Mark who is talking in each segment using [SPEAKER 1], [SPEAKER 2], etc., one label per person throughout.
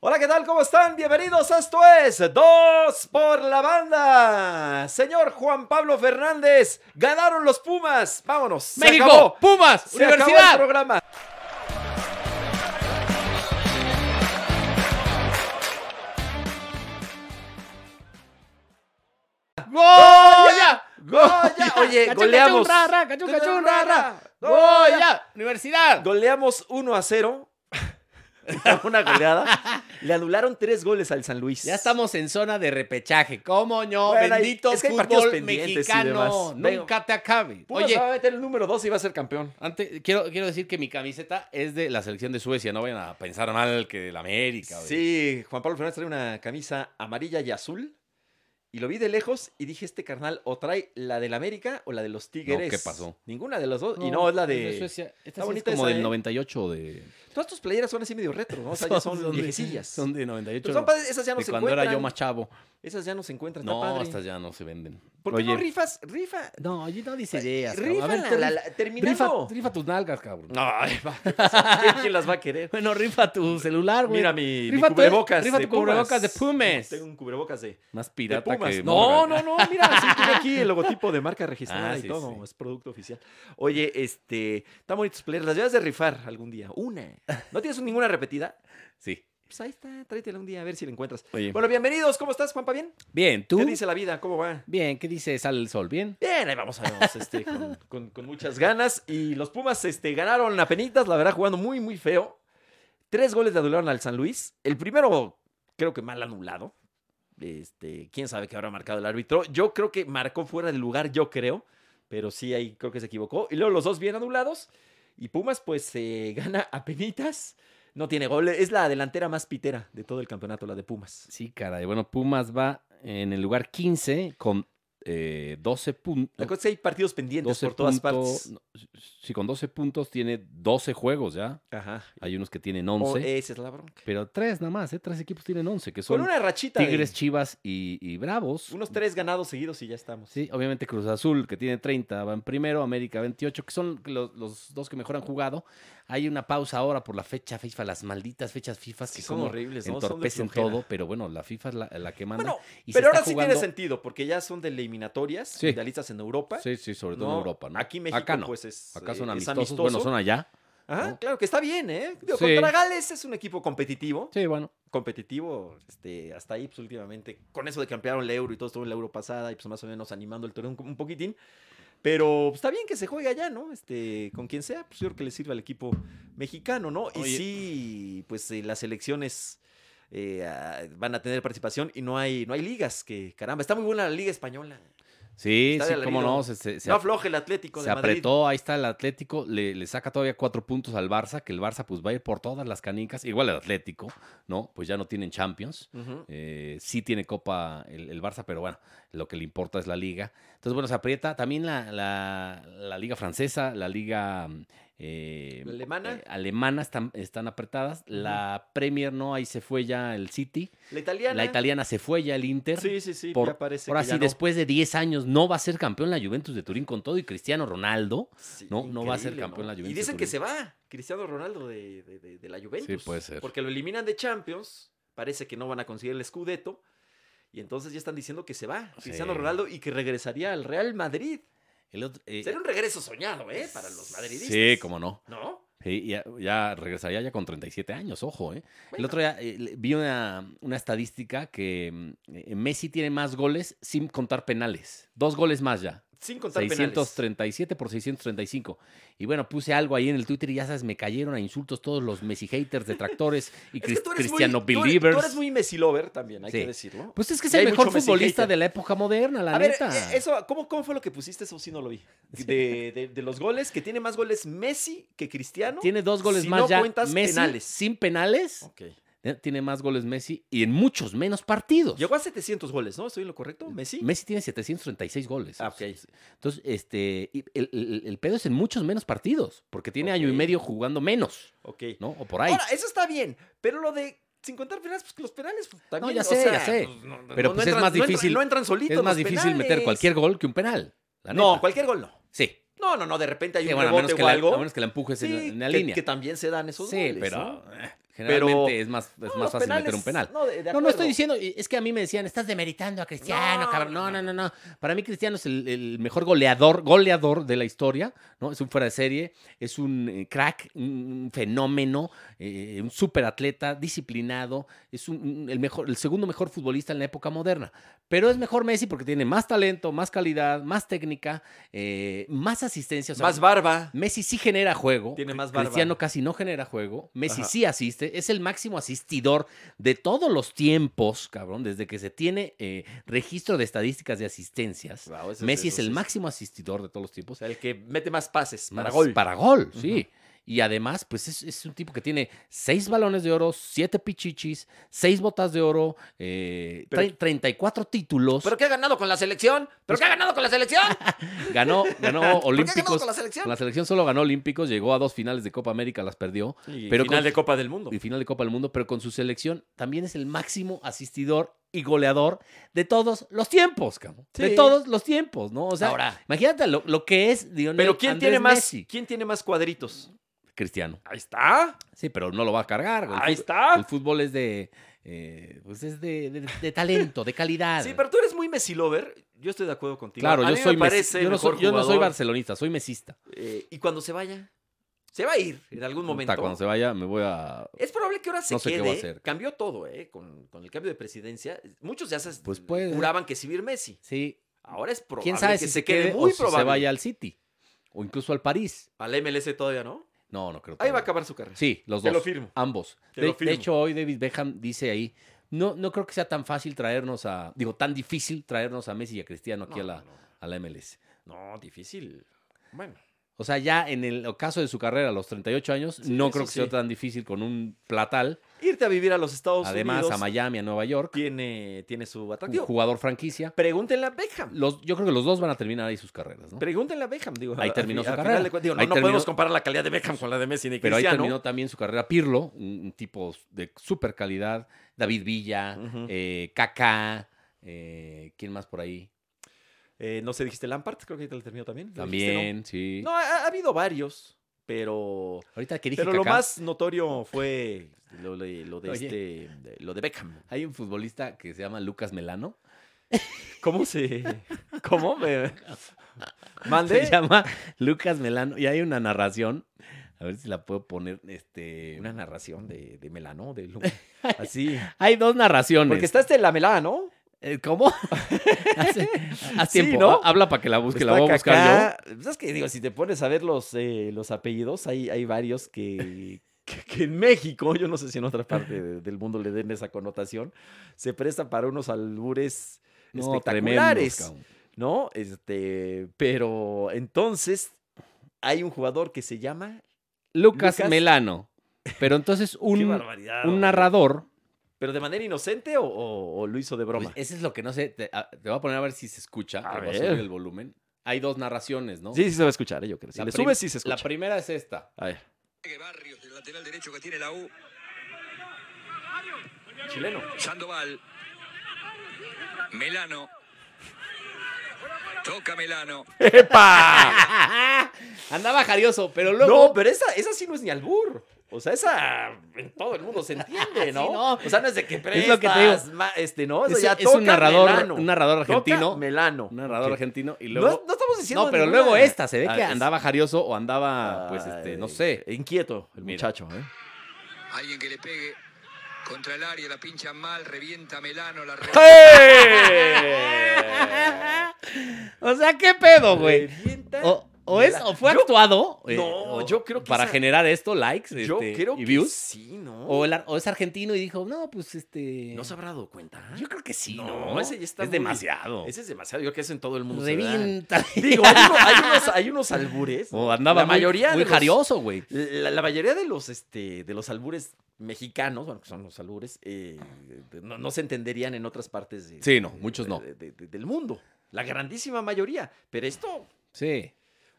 [SPEAKER 1] Hola, ¿qué tal? ¿Cómo están? Bienvenidos. Esto es Dos por la Banda. Señor Juan Pablo Fernández, ganaron los Pumas. Vámonos. Se
[SPEAKER 2] México,
[SPEAKER 1] acabó.
[SPEAKER 2] Pumas,
[SPEAKER 1] Se acabó
[SPEAKER 2] Universidad.
[SPEAKER 1] el programa.
[SPEAKER 2] ¡Goya!
[SPEAKER 1] ¡Goya! Oye,
[SPEAKER 2] Cachun,
[SPEAKER 1] goleamos.
[SPEAKER 2] cachun, ra, ra, cachun,
[SPEAKER 1] Tun,
[SPEAKER 2] cachun,
[SPEAKER 1] ra,
[SPEAKER 2] ra,
[SPEAKER 1] ra.
[SPEAKER 2] ra.
[SPEAKER 1] Goya.
[SPEAKER 2] ¡Goya! ¡Universidad!
[SPEAKER 1] Goleamos 1 a 0. Una goleada. Le anularon tres goles al San Luis.
[SPEAKER 2] Ya estamos en zona de repechaje. ¿Cómo no?
[SPEAKER 1] Bueno, hay-
[SPEAKER 2] Bendito
[SPEAKER 1] es que hay partidos
[SPEAKER 2] fútbol
[SPEAKER 1] pendientes y
[SPEAKER 2] mexicano.
[SPEAKER 1] demás.
[SPEAKER 2] Nunca te acabe.
[SPEAKER 1] Pumas ah.
[SPEAKER 2] Oye,
[SPEAKER 1] va a meter el número 2 y va a ser campeón.
[SPEAKER 2] antes, quiero, quiero decir que mi camiseta es de la selección de Suecia. No vayan a pensar mal que de la América. oye.
[SPEAKER 1] Sí, Juan Pablo Fernández trae una camisa amarilla y azul. Y lo vi de lejos y dije, este carnal o trae la del América o la de los Tigres.
[SPEAKER 2] ¿qué pasó?
[SPEAKER 1] Ninguna de las dos. y no, es la de...
[SPEAKER 2] Suecia. Esta
[SPEAKER 1] Está
[SPEAKER 2] sí
[SPEAKER 1] bonita
[SPEAKER 2] es como
[SPEAKER 1] esa,
[SPEAKER 2] del
[SPEAKER 1] ¿eh?
[SPEAKER 2] 98 o de...
[SPEAKER 1] Todas tus playeras son así medio retro, ¿no? O sea, ya son,
[SPEAKER 2] de-
[SPEAKER 1] viejecillas.
[SPEAKER 2] Son de 98.
[SPEAKER 1] Pero son padres, esas ya no
[SPEAKER 2] de
[SPEAKER 1] se
[SPEAKER 2] cuando
[SPEAKER 1] encuentran.
[SPEAKER 2] era yo más chavo.
[SPEAKER 1] Esas ya no se encuentran, está
[SPEAKER 2] No,
[SPEAKER 1] padre.
[SPEAKER 2] estas ya no se venden.
[SPEAKER 1] ¿Por qué
[SPEAKER 2] Oye,
[SPEAKER 1] no rifas? Rifa.
[SPEAKER 2] no, yo no dice ideas. cabrón. A ver,
[SPEAKER 1] Rifa
[SPEAKER 2] te-
[SPEAKER 1] la, la, la- terminando.
[SPEAKER 2] rifa, rifa tus nalgas, cabrón.
[SPEAKER 1] Ay, va, ¿qué pasó? ¿Quién- ¿Quién las va a querer?
[SPEAKER 2] Bueno, rifa tu celular, güey.
[SPEAKER 1] Mira mi, mi
[SPEAKER 2] Rifa tu-
[SPEAKER 1] cubrebocas.
[SPEAKER 2] rifa
[SPEAKER 1] de
[SPEAKER 2] tu cubrebocas de Pumas.
[SPEAKER 1] Tengo un cubrebocas de,
[SPEAKER 2] Más
[SPEAKER 1] de
[SPEAKER 2] pirata
[SPEAKER 1] Pumas.
[SPEAKER 2] que
[SPEAKER 1] no,
[SPEAKER 2] Morgan.
[SPEAKER 1] no, no, mira, sí tiene aquí el logotipo de marca registrada
[SPEAKER 2] Ah,
[SPEAKER 1] y
[SPEAKER 2] sí,
[SPEAKER 1] todo.
[SPEAKER 2] sí.
[SPEAKER 1] Es producto oficial. Oye, este, están bonitos players. Las llevas de rifar algún día. Una. ¿No tienes ninguna repetida?
[SPEAKER 2] Sí.
[SPEAKER 1] Pues ahí está, tráetela un día a ver si la encuentras.
[SPEAKER 2] Oye.
[SPEAKER 1] Bueno, bienvenidos. ¿Cómo estás, Juanpa? ¿Bien?
[SPEAKER 2] Bien, ¿tú?
[SPEAKER 1] ¿Qué dice la vida? ¿Cómo va?
[SPEAKER 2] Bien, ¿qué dice? Sale el sol, bien.
[SPEAKER 1] Bien, ahí vamos, ahí vamos, este, con, con- con muchas ganas. Y los Pumas este, ganaron a penitas, la verdad, jugando muy, muy feo. Tres goles le anularon al San Luis. El primero, creo que mal anulado. Este, quién sabe qué habrá marcado el árbitro. Yo creo que marcó fuera del lugar, yo creo. Pero sí, ahí creo que se equivocó. Y luego los dos bien anulados. Y Pumas, pues, se gana a penitas. No tiene gol. Es la delantera más pitera de todo el campeonato, la de Pumas.
[SPEAKER 2] Sí, caray. Bueno, Pumas va en el lugar 15 con eh, 12
[SPEAKER 1] La
[SPEAKER 2] puntos.
[SPEAKER 1] cosa es que hay partidos pendientes
[SPEAKER 2] 12
[SPEAKER 1] por todas
[SPEAKER 2] punto-
[SPEAKER 1] partes.
[SPEAKER 2] no, Sí, con 12 puntos tiene 12 juegos ya.
[SPEAKER 1] Ajá.
[SPEAKER 2] Hay unos que tienen
[SPEAKER 1] O
[SPEAKER 2] 11.
[SPEAKER 1] esa es la bronca.
[SPEAKER 2] Pero tres nada más, ¿eh? Tres equipos tienen 11, que
[SPEAKER 1] Con
[SPEAKER 2] son
[SPEAKER 1] una rachita
[SPEAKER 2] Tigres,
[SPEAKER 1] de
[SPEAKER 2] Chivas y, y Bravos.
[SPEAKER 1] unos tres ganados seguidos y ya estamos.
[SPEAKER 2] Sí, obviamente Cruz Azul, que tiene 30, va en primero, América 28, que son los, los dos que mejor han jugado. Hay una pausa ahora por la fecha FIFA, las malditas fechas FIFA que
[SPEAKER 1] Sí, son
[SPEAKER 2] como
[SPEAKER 1] horribles, ¿no? Son de
[SPEAKER 2] entorpecen
[SPEAKER 1] flojera.
[SPEAKER 2] todo, pero bueno, la FIFA es la, la que manda.
[SPEAKER 1] Bueno,
[SPEAKER 2] y se
[SPEAKER 1] pero
[SPEAKER 2] está
[SPEAKER 1] ahora sí tiene
[SPEAKER 2] jugando-
[SPEAKER 1] sentido, porque ya son de eliminatorias,
[SPEAKER 2] Sí.
[SPEAKER 1] finalistas en Europa.
[SPEAKER 2] Sí, sí, sobre todo en
[SPEAKER 1] No,
[SPEAKER 2] Europa, ¿no?
[SPEAKER 1] Aquí México,
[SPEAKER 2] Acá no.
[SPEAKER 1] pues es,
[SPEAKER 2] Acá son
[SPEAKER 1] eh, es
[SPEAKER 2] amistosos, bueno, son allá.
[SPEAKER 1] Ajá,
[SPEAKER 2] ¿no?
[SPEAKER 1] claro que está bien, ¿eh? Digo,
[SPEAKER 2] Sí.
[SPEAKER 1] Contra Gales es un equipo competitivo.
[SPEAKER 2] Sí, bueno.
[SPEAKER 1] Competitivo, este, hasta ahí, pues últimamente, con eso de que ampliaron el euro y todo estuvo en la euro pasada, y pues más o menos animando el torneo un, un poquitín. Pero pues, está bien que se juegue allá, ¿no? Este, con quien sea, pues yo creo que le sirve al equipo mexicano, ¿no? Y
[SPEAKER 2] Oye.
[SPEAKER 1] sí, pues eh, las elecciones eh, ah, van a tener participación y no hay, no hay ligas, que caramba, está muy buena la liga española.
[SPEAKER 2] Sí,
[SPEAKER 1] Está de
[SPEAKER 2] sí, cómo
[SPEAKER 1] alarido.
[SPEAKER 2] no. Se, se- se
[SPEAKER 1] no
[SPEAKER 2] ap-
[SPEAKER 1] afloje el Atlético
[SPEAKER 2] se
[SPEAKER 1] de Madrid.
[SPEAKER 2] apretó, ahí está el Atlético, le, le saca todavía cuatro puntos al Barça, que el Barça pues va a ir por todas las canicas, igual el Atlético, ¿no? Pues ya no tienen Champions.
[SPEAKER 1] Ujú.
[SPEAKER 2] Eh, sí tiene copa el, el Barça, pero bueno, lo que le importa es la liga. Entonces, bueno, se aprieta también la, la- la liga francesa, la liga mm, eh,
[SPEAKER 1] ¿Alemana?
[SPEAKER 2] eh, alemana están, están apretadas. La Premier no, ahí se fue ya el City.
[SPEAKER 1] La italiana.
[SPEAKER 2] La italiana se fue ya el Inter.
[SPEAKER 1] Sí, sí, sí,
[SPEAKER 2] Por-
[SPEAKER 1] ya parece
[SPEAKER 2] Ahora
[SPEAKER 1] que ya
[SPEAKER 2] sí,
[SPEAKER 1] no.
[SPEAKER 2] después de 10 años no va a ser campeón la Juventus de Turín con todo y Cristiano Ronaldo.
[SPEAKER 1] Sí,
[SPEAKER 2] No, no va a ser
[SPEAKER 1] increíble,
[SPEAKER 2] campeón la Juventus
[SPEAKER 1] Y
[SPEAKER 2] de
[SPEAKER 1] dicen que
[SPEAKER 2] Turín.
[SPEAKER 1] se va Cristiano Ronaldo de, de- de- de la Juventus.
[SPEAKER 2] puede ser.
[SPEAKER 1] Porque lo eliminan de Champions, parece que no van a conseguir el Scudetto. Y entonces ya están diciendo que se va Cristiano
[SPEAKER 2] Sí.
[SPEAKER 1] Ronaldo y que regresaría al Real Madrid.
[SPEAKER 2] El otro- eh,
[SPEAKER 1] Sería un regreso soñado, ¿eh? Para los madridistas.
[SPEAKER 2] Sí, cómo no.
[SPEAKER 1] ¿No?
[SPEAKER 2] Sí, ya, ya regresaría ya con 37 años, ojo, ¿eh? El
[SPEAKER 1] Bueno.
[SPEAKER 2] otro día eh, le- vi una, una estadística que mm, eh, Messi tiene más goles sin contar penales. Dos goles más ya.
[SPEAKER 1] Sin contar
[SPEAKER 2] 637 por 635. Y bueno, puse algo ahí en el Twitter y ya sabes, me cayeron a insultos todos los Messi haters, detractores
[SPEAKER 1] penales.
[SPEAKER 2] y
[SPEAKER 1] Es que
[SPEAKER 2] cris-
[SPEAKER 1] tú eres muy-
[SPEAKER 2] cristiano
[SPEAKER 1] tú eres-
[SPEAKER 2] believers.
[SPEAKER 1] Tú eres muy Messi lover también, hay
[SPEAKER 2] Sí.
[SPEAKER 1] que decirlo.
[SPEAKER 2] Pues es que es
[SPEAKER 1] Y hay
[SPEAKER 2] el mejor
[SPEAKER 1] mucho Messi
[SPEAKER 2] futbolista
[SPEAKER 1] hater.
[SPEAKER 2] de la época moderna, la
[SPEAKER 1] a ver,
[SPEAKER 2] neta.
[SPEAKER 1] eh, eso, ¿cómo, ¿cómo fue lo que pusiste? Eso sí no lo vi. De, de- de los goles, que tiene más goles Messi que Cristiano.
[SPEAKER 2] tiene dos goles
[SPEAKER 1] si
[SPEAKER 2] más
[SPEAKER 1] no
[SPEAKER 2] ya.
[SPEAKER 1] cuentas
[SPEAKER 2] Messi
[SPEAKER 1] penales. Oh.
[SPEAKER 2] sin penales.
[SPEAKER 1] Ok.
[SPEAKER 2] eh, Tiene más goles Messi y en muchos menos partidos.
[SPEAKER 1] Llegó a 700 goles, ¿no? ¿Estoy en lo correcto? ¿Messi?
[SPEAKER 2] Eh, Messi tiene 736 goles.
[SPEAKER 1] Ah, ok.
[SPEAKER 2] Entonces, este, y el, el- el pedo es en muchos menos partidos, porque tiene año y
[SPEAKER 1] Ok.
[SPEAKER 2] medio jugando menos,
[SPEAKER 1] Ok.
[SPEAKER 2] ¿no? O por ahí.
[SPEAKER 1] Ahora, eso está bien, pero lo de sin contar penales, pues que los penales pues, también.
[SPEAKER 2] ya
[SPEAKER 1] o
[SPEAKER 2] sé,
[SPEAKER 1] sea,
[SPEAKER 2] ya sé.
[SPEAKER 1] pues, no- no-
[SPEAKER 2] Pero,
[SPEAKER 1] no
[SPEAKER 2] pues, es
[SPEAKER 1] entran-
[SPEAKER 2] más
[SPEAKER 1] no entran-
[SPEAKER 2] difícil-
[SPEAKER 1] No entran solitos.
[SPEAKER 2] es más
[SPEAKER 1] los
[SPEAKER 2] difícil meter
[SPEAKER 1] penales.
[SPEAKER 2] cualquier gol que un penal. la
[SPEAKER 1] No,
[SPEAKER 2] neta.
[SPEAKER 1] cualquier gol no.
[SPEAKER 2] Sí.
[SPEAKER 1] No, no, no, de repente hay
[SPEAKER 2] Sí,
[SPEAKER 1] un
[SPEAKER 2] bueno, a menos,
[SPEAKER 1] rebote
[SPEAKER 2] que
[SPEAKER 1] o
[SPEAKER 2] la,
[SPEAKER 1] algo.
[SPEAKER 2] a menos que la empujes en,
[SPEAKER 1] Sí,
[SPEAKER 2] la- en la
[SPEAKER 1] que,
[SPEAKER 2] línea.
[SPEAKER 1] que también se dan esos
[SPEAKER 2] sí,
[SPEAKER 1] goles.
[SPEAKER 2] pero
[SPEAKER 1] ¿no?
[SPEAKER 2] eh, Generalmente
[SPEAKER 1] Pero-
[SPEAKER 2] es más, es
[SPEAKER 1] No,
[SPEAKER 2] más
[SPEAKER 1] los
[SPEAKER 2] fácil meter
[SPEAKER 1] penales,
[SPEAKER 2] un penal.
[SPEAKER 1] No, de- de
[SPEAKER 2] No, no estoy
[SPEAKER 1] acuerdo.
[SPEAKER 2] diciendo, es que a mí me decían, estás demeritando a Cristiano,
[SPEAKER 1] No,
[SPEAKER 2] cabrón.
[SPEAKER 1] no,
[SPEAKER 2] No, no, no, no. Para mí Cristiano es el, el mejor goleador, goleador de la historia, ¿no? Es un fuera de serie, es un eh, crack, un, un fenómeno, eh, un superatleta, disciplinado, es un- un- el, mejor, el segundo mejor futbolista en la época moderna. Pero es mejor Messi porque tiene más talento, más calidad, más técnica, eh, más asistencia. o sea,
[SPEAKER 1] Más barba.
[SPEAKER 2] Messi sí genera juego.
[SPEAKER 1] Tiene más barba.
[SPEAKER 2] Cristiano casi no genera juego. Messi
[SPEAKER 1] Ajá.
[SPEAKER 2] sí asiste. Es el máximo asistidor de todos los tiempos, cabrón. Desde que se tiene eh, registro de estadísticas de asistencias.
[SPEAKER 1] Wow, eso
[SPEAKER 2] Messi es
[SPEAKER 1] eso
[SPEAKER 2] el
[SPEAKER 1] sí
[SPEAKER 2] máximo asistidor de todos los
[SPEAKER 1] O
[SPEAKER 2] tiempos.
[SPEAKER 1] sea, el que mete más pases para
[SPEAKER 2] Más
[SPEAKER 1] gol.
[SPEAKER 2] Para gol, sí.
[SPEAKER 1] Ujú.
[SPEAKER 2] Y además, pues es, es un tipo que tiene seis balones de oro, siete pichichis, seis botas de oro, eh,
[SPEAKER 1] Pero-
[SPEAKER 2] tre- 34 títulos.
[SPEAKER 1] ¿Pero qué ha ganado con la selección? ¿Pero qué ha ganado con la selección?
[SPEAKER 2] ganó ganó
[SPEAKER 1] ¿Pero qué ha ganado
[SPEAKER 2] Olímpicos.
[SPEAKER 1] con la
[SPEAKER 2] Con
[SPEAKER 1] selección?
[SPEAKER 2] la selección solo ganó Olímpicos, llegó a dos finales de Copa América, las perdió.
[SPEAKER 1] Y
[SPEAKER 2] Pero
[SPEAKER 1] final
[SPEAKER 2] con-
[SPEAKER 1] de Copa del Mundo.
[SPEAKER 2] y final de Copa del Mundo, pero con su selección también es el máximo asistidor y goleador de todos los tiempos, cabrón.
[SPEAKER 1] Sí.
[SPEAKER 2] De todos los tiempos, ¿no? O sea,
[SPEAKER 1] Ahora.
[SPEAKER 2] imagínate lo, lo que es Lionel
[SPEAKER 1] Pero ¿quién
[SPEAKER 2] Andrés
[SPEAKER 1] tiene, más,
[SPEAKER 2] Messi.
[SPEAKER 1] ¿quién tiene más cuadritos?
[SPEAKER 2] Cristiano.
[SPEAKER 1] Ahí está.
[SPEAKER 2] Sí, pero no lo va a cargar. güey. El
[SPEAKER 1] Ahí
[SPEAKER 2] fut- El
[SPEAKER 1] está.
[SPEAKER 2] fútbol es de... eh, pues es de, de- de talento, de calidad.
[SPEAKER 1] Sí, pero tú eres muy Messi lover. Yo estoy de acuerdo contigo.
[SPEAKER 2] Claro,
[SPEAKER 1] A
[SPEAKER 2] yo
[SPEAKER 1] mí
[SPEAKER 2] soy,
[SPEAKER 1] me
[SPEAKER 2] mes-
[SPEAKER 1] parece
[SPEAKER 2] yo, no soy
[SPEAKER 1] mejor
[SPEAKER 2] yo no soy
[SPEAKER 1] jugador.
[SPEAKER 2] barcelonista, soy mesista.
[SPEAKER 1] Eh, y cuando se vaya, se va a ir en algún momento.
[SPEAKER 2] Puta, cuando se vaya me voy a...
[SPEAKER 1] Es probable que ahora se
[SPEAKER 2] No sé qué
[SPEAKER 1] quede.
[SPEAKER 2] va a hacer.
[SPEAKER 1] Cambió todo, ¿eh? Con, con el cambio de presidencia. Muchos ya se
[SPEAKER 2] Pues puede.
[SPEAKER 1] juraban que se iba a ir Messi.
[SPEAKER 2] Sí,
[SPEAKER 1] Ahora es probable
[SPEAKER 2] quién sabe
[SPEAKER 1] que
[SPEAKER 2] si
[SPEAKER 1] se, quede,
[SPEAKER 2] o
[SPEAKER 1] muy
[SPEAKER 2] si
[SPEAKER 1] probable.
[SPEAKER 2] se vaya al City o incluso al París.
[SPEAKER 1] Al MLS todavía, ¿no?
[SPEAKER 2] No, no creo.
[SPEAKER 1] Ahí va a
[SPEAKER 2] todavía.
[SPEAKER 1] acabar su carrera.
[SPEAKER 2] Sí, los
[SPEAKER 1] Te
[SPEAKER 2] dos.
[SPEAKER 1] lo firmo.
[SPEAKER 2] Ambos.
[SPEAKER 1] Te
[SPEAKER 2] De,
[SPEAKER 1] lo
[SPEAKER 2] de
[SPEAKER 1] firmo.
[SPEAKER 2] hecho, hoy David Beckham dice ahí, no, no creo que sea tan fácil traernos a, digo, tan difícil traernos a Messi y a Cristiano aquí
[SPEAKER 1] No,
[SPEAKER 2] a, la,
[SPEAKER 1] no,
[SPEAKER 2] a la MLS.
[SPEAKER 1] no. No, difícil. Bueno,
[SPEAKER 2] O sea, ya en el ocaso de su carrera, a los 38 años,
[SPEAKER 1] Sí,
[SPEAKER 2] no
[SPEAKER 1] eso
[SPEAKER 2] creo que
[SPEAKER 1] sí.
[SPEAKER 2] sea tan difícil con un platal.
[SPEAKER 1] irte a vivir a los Estados
[SPEAKER 2] Además,
[SPEAKER 1] Unidos
[SPEAKER 2] a Miami, a Nueva York,
[SPEAKER 1] tiene, tiene su
[SPEAKER 2] ju-
[SPEAKER 1] atractivo.
[SPEAKER 2] jugador franquicia.
[SPEAKER 1] Pregúntenle a Beckham.
[SPEAKER 2] Los, yo creo que los dos van a terminar ahí sus carreras, ¿no?
[SPEAKER 1] Pregúntenle a Beckham. Digo,
[SPEAKER 2] Ahí
[SPEAKER 1] a- a
[SPEAKER 2] terminó
[SPEAKER 1] fi-
[SPEAKER 2] su
[SPEAKER 1] a final
[SPEAKER 2] carrera.
[SPEAKER 1] de cuentas, digo, no,
[SPEAKER 2] Ahí
[SPEAKER 1] no
[SPEAKER 2] terminó-
[SPEAKER 1] podemos comparar la calidad de Beckham con la de Messi ni
[SPEAKER 2] Pero ahí
[SPEAKER 1] Cristiano.
[SPEAKER 2] terminó también su carrera Pirlo, un un tipo de super calidad. David Villa,
[SPEAKER 1] Ujú.
[SPEAKER 2] eh, Kaká, eh, ¿quién más por ahí?
[SPEAKER 1] Eh, no sé, dijiste Lampard, creo que ahí te lo terminó también. ¿Lo dijiste, no?
[SPEAKER 2] También, sí.
[SPEAKER 1] No, ha, ha habido varios, pero.
[SPEAKER 2] Ahorita que dije
[SPEAKER 1] Pero lo
[SPEAKER 2] Kaká,
[SPEAKER 1] más notorio fue lo, de- lo de
[SPEAKER 2] Oye.
[SPEAKER 1] este. de- lo de Beckham.
[SPEAKER 2] hay un futbolista que se llama Lucas Melano.
[SPEAKER 1] ¿Cómo se.? ¿Cómo me.? Mandé.
[SPEAKER 2] Se llama Lucas Melano y hay una narración. A ver si la puedo poner. Este,
[SPEAKER 1] Una narración de, de Melano, de Lu- Así.
[SPEAKER 2] Hay dos narraciones.
[SPEAKER 1] Porque está este la Melana, ¿no?
[SPEAKER 2] Eh, ¿Cómo? hace, hace
[SPEAKER 1] Sí,
[SPEAKER 2] tiempo.
[SPEAKER 1] ¿no? Pues
[SPEAKER 2] Ha- Habla para que la busque, la
[SPEAKER 1] Está
[SPEAKER 2] voy a buscar yo.
[SPEAKER 1] Kaká. ¿Sabes qué? Pues Digo, si te pones a ver los, eh, los apellidos, hay, hay varios que, que, que en México, yo no sé si en otra parte de- del mundo le den esa connotación, se prestan para unos albures
[SPEAKER 2] No, tremendos,
[SPEAKER 1] espectaculares.
[SPEAKER 2] cabrón.
[SPEAKER 1] ¿no? Este, pero entonces hay un jugador que se llama
[SPEAKER 2] Lucas,
[SPEAKER 1] Lucas-
[SPEAKER 2] Melano. Pero entonces
[SPEAKER 1] Qué
[SPEAKER 2] un,
[SPEAKER 1] barbaridad,
[SPEAKER 2] un
[SPEAKER 1] hombre.
[SPEAKER 2] narrador
[SPEAKER 1] ¿Pero de manera inocente o, o- o lo hizo de broma?
[SPEAKER 2] Pues, eso es lo que no sé. Te, a- te voy a poner a ver si se escucha.
[SPEAKER 1] A
[SPEAKER 2] pero voy a
[SPEAKER 1] ver.
[SPEAKER 2] subir el volumen. Hay dos narraciones, ¿no?
[SPEAKER 1] sí, sí se va a escuchar, eh, yo creo. Si
[SPEAKER 2] La
[SPEAKER 1] le
[SPEAKER 2] prim-
[SPEAKER 1] subes, sí se escucha.
[SPEAKER 2] La primera es esta.
[SPEAKER 1] a ver.
[SPEAKER 3] Que Barrios, el lateral derecho que tiene la U.
[SPEAKER 1] Chileno.
[SPEAKER 3] Sandoval. Melano. Toca Melano.
[SPEAKER 1] ¡Epa!
[SPEAKER 2] Andaba jarioso, pero
[SPEAKER 1] no,
[SPEAKER 2] luego.
[SPEAKER 1] pero esa, esa sí no es ni albur. O sea, esa en todo el mundo se entiende, ¿no?
[SPEAKER 2] Ah, Sí, no.
[SPEAKER 1] O sea, no es de que prestas,
[SPEAKER 2] Es lo que te digo.
[SPEAKER 1] ma- este, ¿no? Eso
[SPEAKER 2] es,
[SPEAKER 1] ya
[SPEAKER 2] es
[SPEAKER 1] toca
[SPEAKER 2] un narrador,
[SPEAKER 1] melano.
[SPEAKER 2] un narrador
[SPEAKER 1] Toca
[SPEAKER 2] argentino.
[SPEAKER 1] melano.
[SPEAKER 2] Un narrador
[SPEAKER 1] Ok.
[SPEAKER 2] argentino. Y
[SPEAKER 1] No-
[SPEAKER 2] luego.
[SPEAKER 1] No, estamos diciendo
[SPEAKER 2] No, pero
[SPEAKER 1] ninguna-
[SPEAKER 2] luego esta. Se ve
[SPEAKER 1] Ah,
[SPEAKER 2] que
[SPEAKER 1] es-
[SPEAKER 2] andaba jarioso o andaba, pues, este, no
[SPEAKER 1] Ay,
[SPEAKER 2] sé.
[SPEAKER 1] Inquieto el
[SPEAKER 2] Mira.
[SPEAKER 1] muchacho, ¿eh?
[SPEAKER 3] Alguien que le pegue contra el área, la pincha mal, revienta Melano, la revienta.
[SPEAKER 1] ¡Hey!
[SPEAKER 2] o sea, ¿qué pedo, güey? Oh,
[SPEAKER 1] Revienta.
[SPEAKER 2] O, o es, o fue
[SPEAKER 1] Yo-
[SPEAKER 2] actuado. eh,
[SPEAKER 1] No,
[SPEAKER 2] o-
[SPEAKER 1] yo creo que
[SPEAKER 2] Para
[SPEAKER 1] esa-
[SPEAKER 2] generar esto, likes
[SPEAKER 1] Yo
[SPEAKER 2] este,
[SPEAKER 1] creo
[SPEAKER 2] y
[SPEAKER 1] que
[SPEAKER 2] views.
[SPEAKER 1] sí, ¿no?
[SPEAKER 2] O, el ar- o es argentino y dijo, no, pues este.
[SPEAKER 1] ¿No se habrá dado cuenta?
[SPEAKER 2] Yo creo que sí,
[SPEAKER 1] No,
[SPEAKER 2] ¿no?
[SPEAKER 1] ese ya está
[SPEAKER 2] es
[SPEAKER 1] muy-
[SPEAKER 2] demasiado.
[SPEAKER 1] Ese es demasiado. Yo creo que eso en todo el mundo se da.
[SPEAKER 2] Revienta.
[SPEAKER 1] Digo, hay, uno- hay unos, hay unos albures.
[SPEAKER 2] O andaba
[SPEAKER 1] La
[SPEAKER 2] muy,
[SPEAKER 1] mayoría
[SPEAKER 2] muy
[SPEAKER 1] de los-
[SPEAKER 2] jarioso, güey.
[SPEAKER 1] La, la mayoría de los, este, de los albures mexicanos, bueno, que son los albures, eh, de- no, no se entenderían en otras partes de-
[SPEAKER 2] Sí, no, muchos no.
[SPEAKER 1] de- de- de- del mundo. La grandísima mayoría. Pero esto,
[SPEAKER 2] Sí.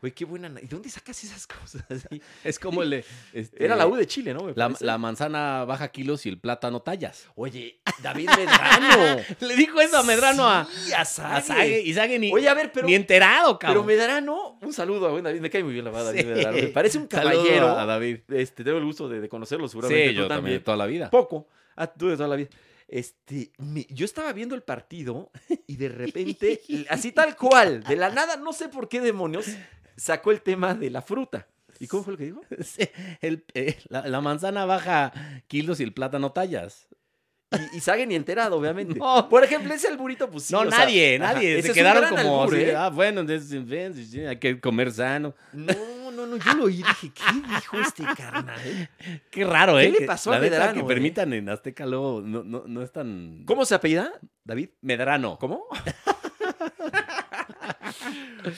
[SPEAKER 1] Güey, qué buena. na- ¿Y dónde sacas esas cosas? Sí.
[SPEAKER 2] Es como el. de, este,
[SPEAKER 1] Era la U de Chile, ¿no? Me
[SPEAKER 2] La,
[SPEAKER 1] parece.
[SPEAKER 2] la manzana baja kilos y el plátano tallas.
[SPEAKER 1] Oye, David Medrano.
[SPEAKER 2] Le dijo eso a Medrano a,
[SPEAKER 1] Sí, a Zague.
[SPEAKER 2] a Zague, Y Zague ni,
[SPEAKER 1] Oye, a ver, pero-
[SPEAKER 2] ni
[SPEAKER 1] Pero
[SPEAKER 2] enterado, cabrón.
[SPEAKER 1] Medrano, un saludo a buen David. Me cae muy bien la verdad, David
[SPEAKER 2] Sí.
[SPEAKER 1] Medrano. Me parece un
[SPEAKER 2] Saludo
[SPEAKER 1] caballero.
[SPEAKER 2] a David.
[SPEAKER 1] Este, tengo el gusto de, de conocerlo seguramente.
[SPEAKER 2] Sí,
[SPEAKER 1] tú
[SPEAKER 2] yo también,
[SPEAKER 1] también.
[SPEAKER 2] toda la vida.
[SPEAKER 1] Poco. Ah, tú de toda la vida. Este, me- yo estaba viendo el partido y de repente, así tal cual, de la nada, no sé por qué demonios, sacó el tema de la fruta. ¿Y cómo fue lo que dijo?
[SPEAKER 2] Sí, el- eh, la, la manzana baja kilos y el plátano tallas.
[SPEAKER 1] Y, y Sague ni enterado, obviamente.
[SPEAKER 2] No.
[SPEAKER 1] Por ejemplo, ese alburito, pues sí,
[SPEAKER 2] no,
[SPEAKER 1] o sea,
[SPEAKER 2] nadie,
[SPEAKER 1] ajá,
[SPEAKER 2] nadie.
[SPEAKER 1] ese
[SPEAKER 2] Se
[SPEAKER 1] es un
[SPEAKER 2] quedaron
[SPEAKER 1] gran
[SPEAKER 2] como
[SPEAKER 1] albur,
[SPEAKER 2] así,
[SPEAKER 1] ¿eh?
[SPEAKER 2] ah, bueno, entonces, en fin, sí, sí, hay que comer sano.
[SPEAKER 1] No, no, no, yo lo oí y dije, ¿qué dijo este carnal?
[SPEAKER 2] Qué raro,
[SPEAKER 1] ¿Qué
[SPEAKER 2] ¿eh?
[SPEAKER 1] le
[SPEAKER 2] Que
[SPEAKER 1] pasó
[SPEAKER 2] la
[SPEAKER 1] a
[SPEAKER 2] neta,
[SPEAKER 1] Medrano,
[SPEAKER 2] que
[SPEAKER 1] eh?
[SPEAKER 2] permitan en Azteca luego no, no, no es tan...
[SPEAKER 1] ¿Cómo se apellida, David?
[SPEAKER 2] Medrano.
[SPEAKER 1] ¿Cómo?